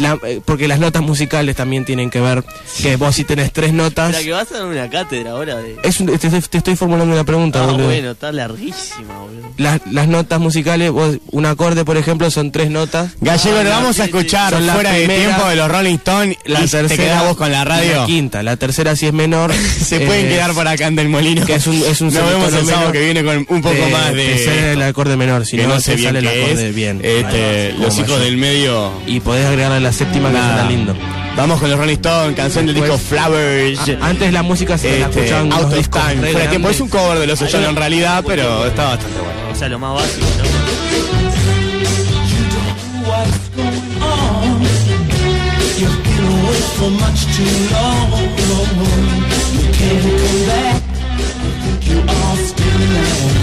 S3: La- eh, porque las notas musicales también tienen que ver, que vos si tenés tres notas...
S4: Mira, que vas a dar una cátedra ahora de...
S3: Es un- te, te- te estoy formulando una pregunta,
S4: Ah,
S3: boludo.
S4: bueno, está larguísima, boludo.
S3: Las, las notas musicales, vos- un acorde, por ejemplo, son tres notas.
S2: Gallego,
S3: Ah,
S2: lo vamos a
S3: sí, sí.
S2: escuchar
S3: Son las
S2: fuera de
S3: primeras,
S2: tiempo de los Rolling Stones.
S3: La
S2: y
S3: tercera
S2: te quedás vos con la
S3: y
S2: radio.
S3: La quinta, la tercera si es
S2: <laughs>
S3: menor. eh,
S2: Se pueden quedar por acá en Del Molino.
S3: Que es un, es un
S2: Nos vemos el
S3: semitono
S2: sábado
S3: menor
S2: que viene con un poco
S3: de-
S2: más de
S3: eh, te sale el acorde menor, si
S2: que
S3: no,
S2: no
S3: te
S2: sé bien
S3: sale el
S2: qué
S3: acorde
S2: es.
S3: bien.
S2: Este,
S3: Como
S2: los hijos
S3: mayor.
S2: del medio.
S3: Y podés agregarle la séptima que
S2: Nada.
S3: suena lindo.
S2: Vamos con los Rolling Stones, canción del disco Flowers.
S3: Pues, A- antes la música se la
S2: Este,
S3: escuchaban
S2: Out
S3: unos
S2: of
S3: discos
S2: Time.
S3: re
S2: Fuera de tiempo.
S3: grandes.
S2: Es un cover de los Ocean en realidad, pero está bastante bueno.
S4: O sea, lo más básico, ¿no?
S6: What's going on? You've been away for much too long. You can't come back. You think you are still alone.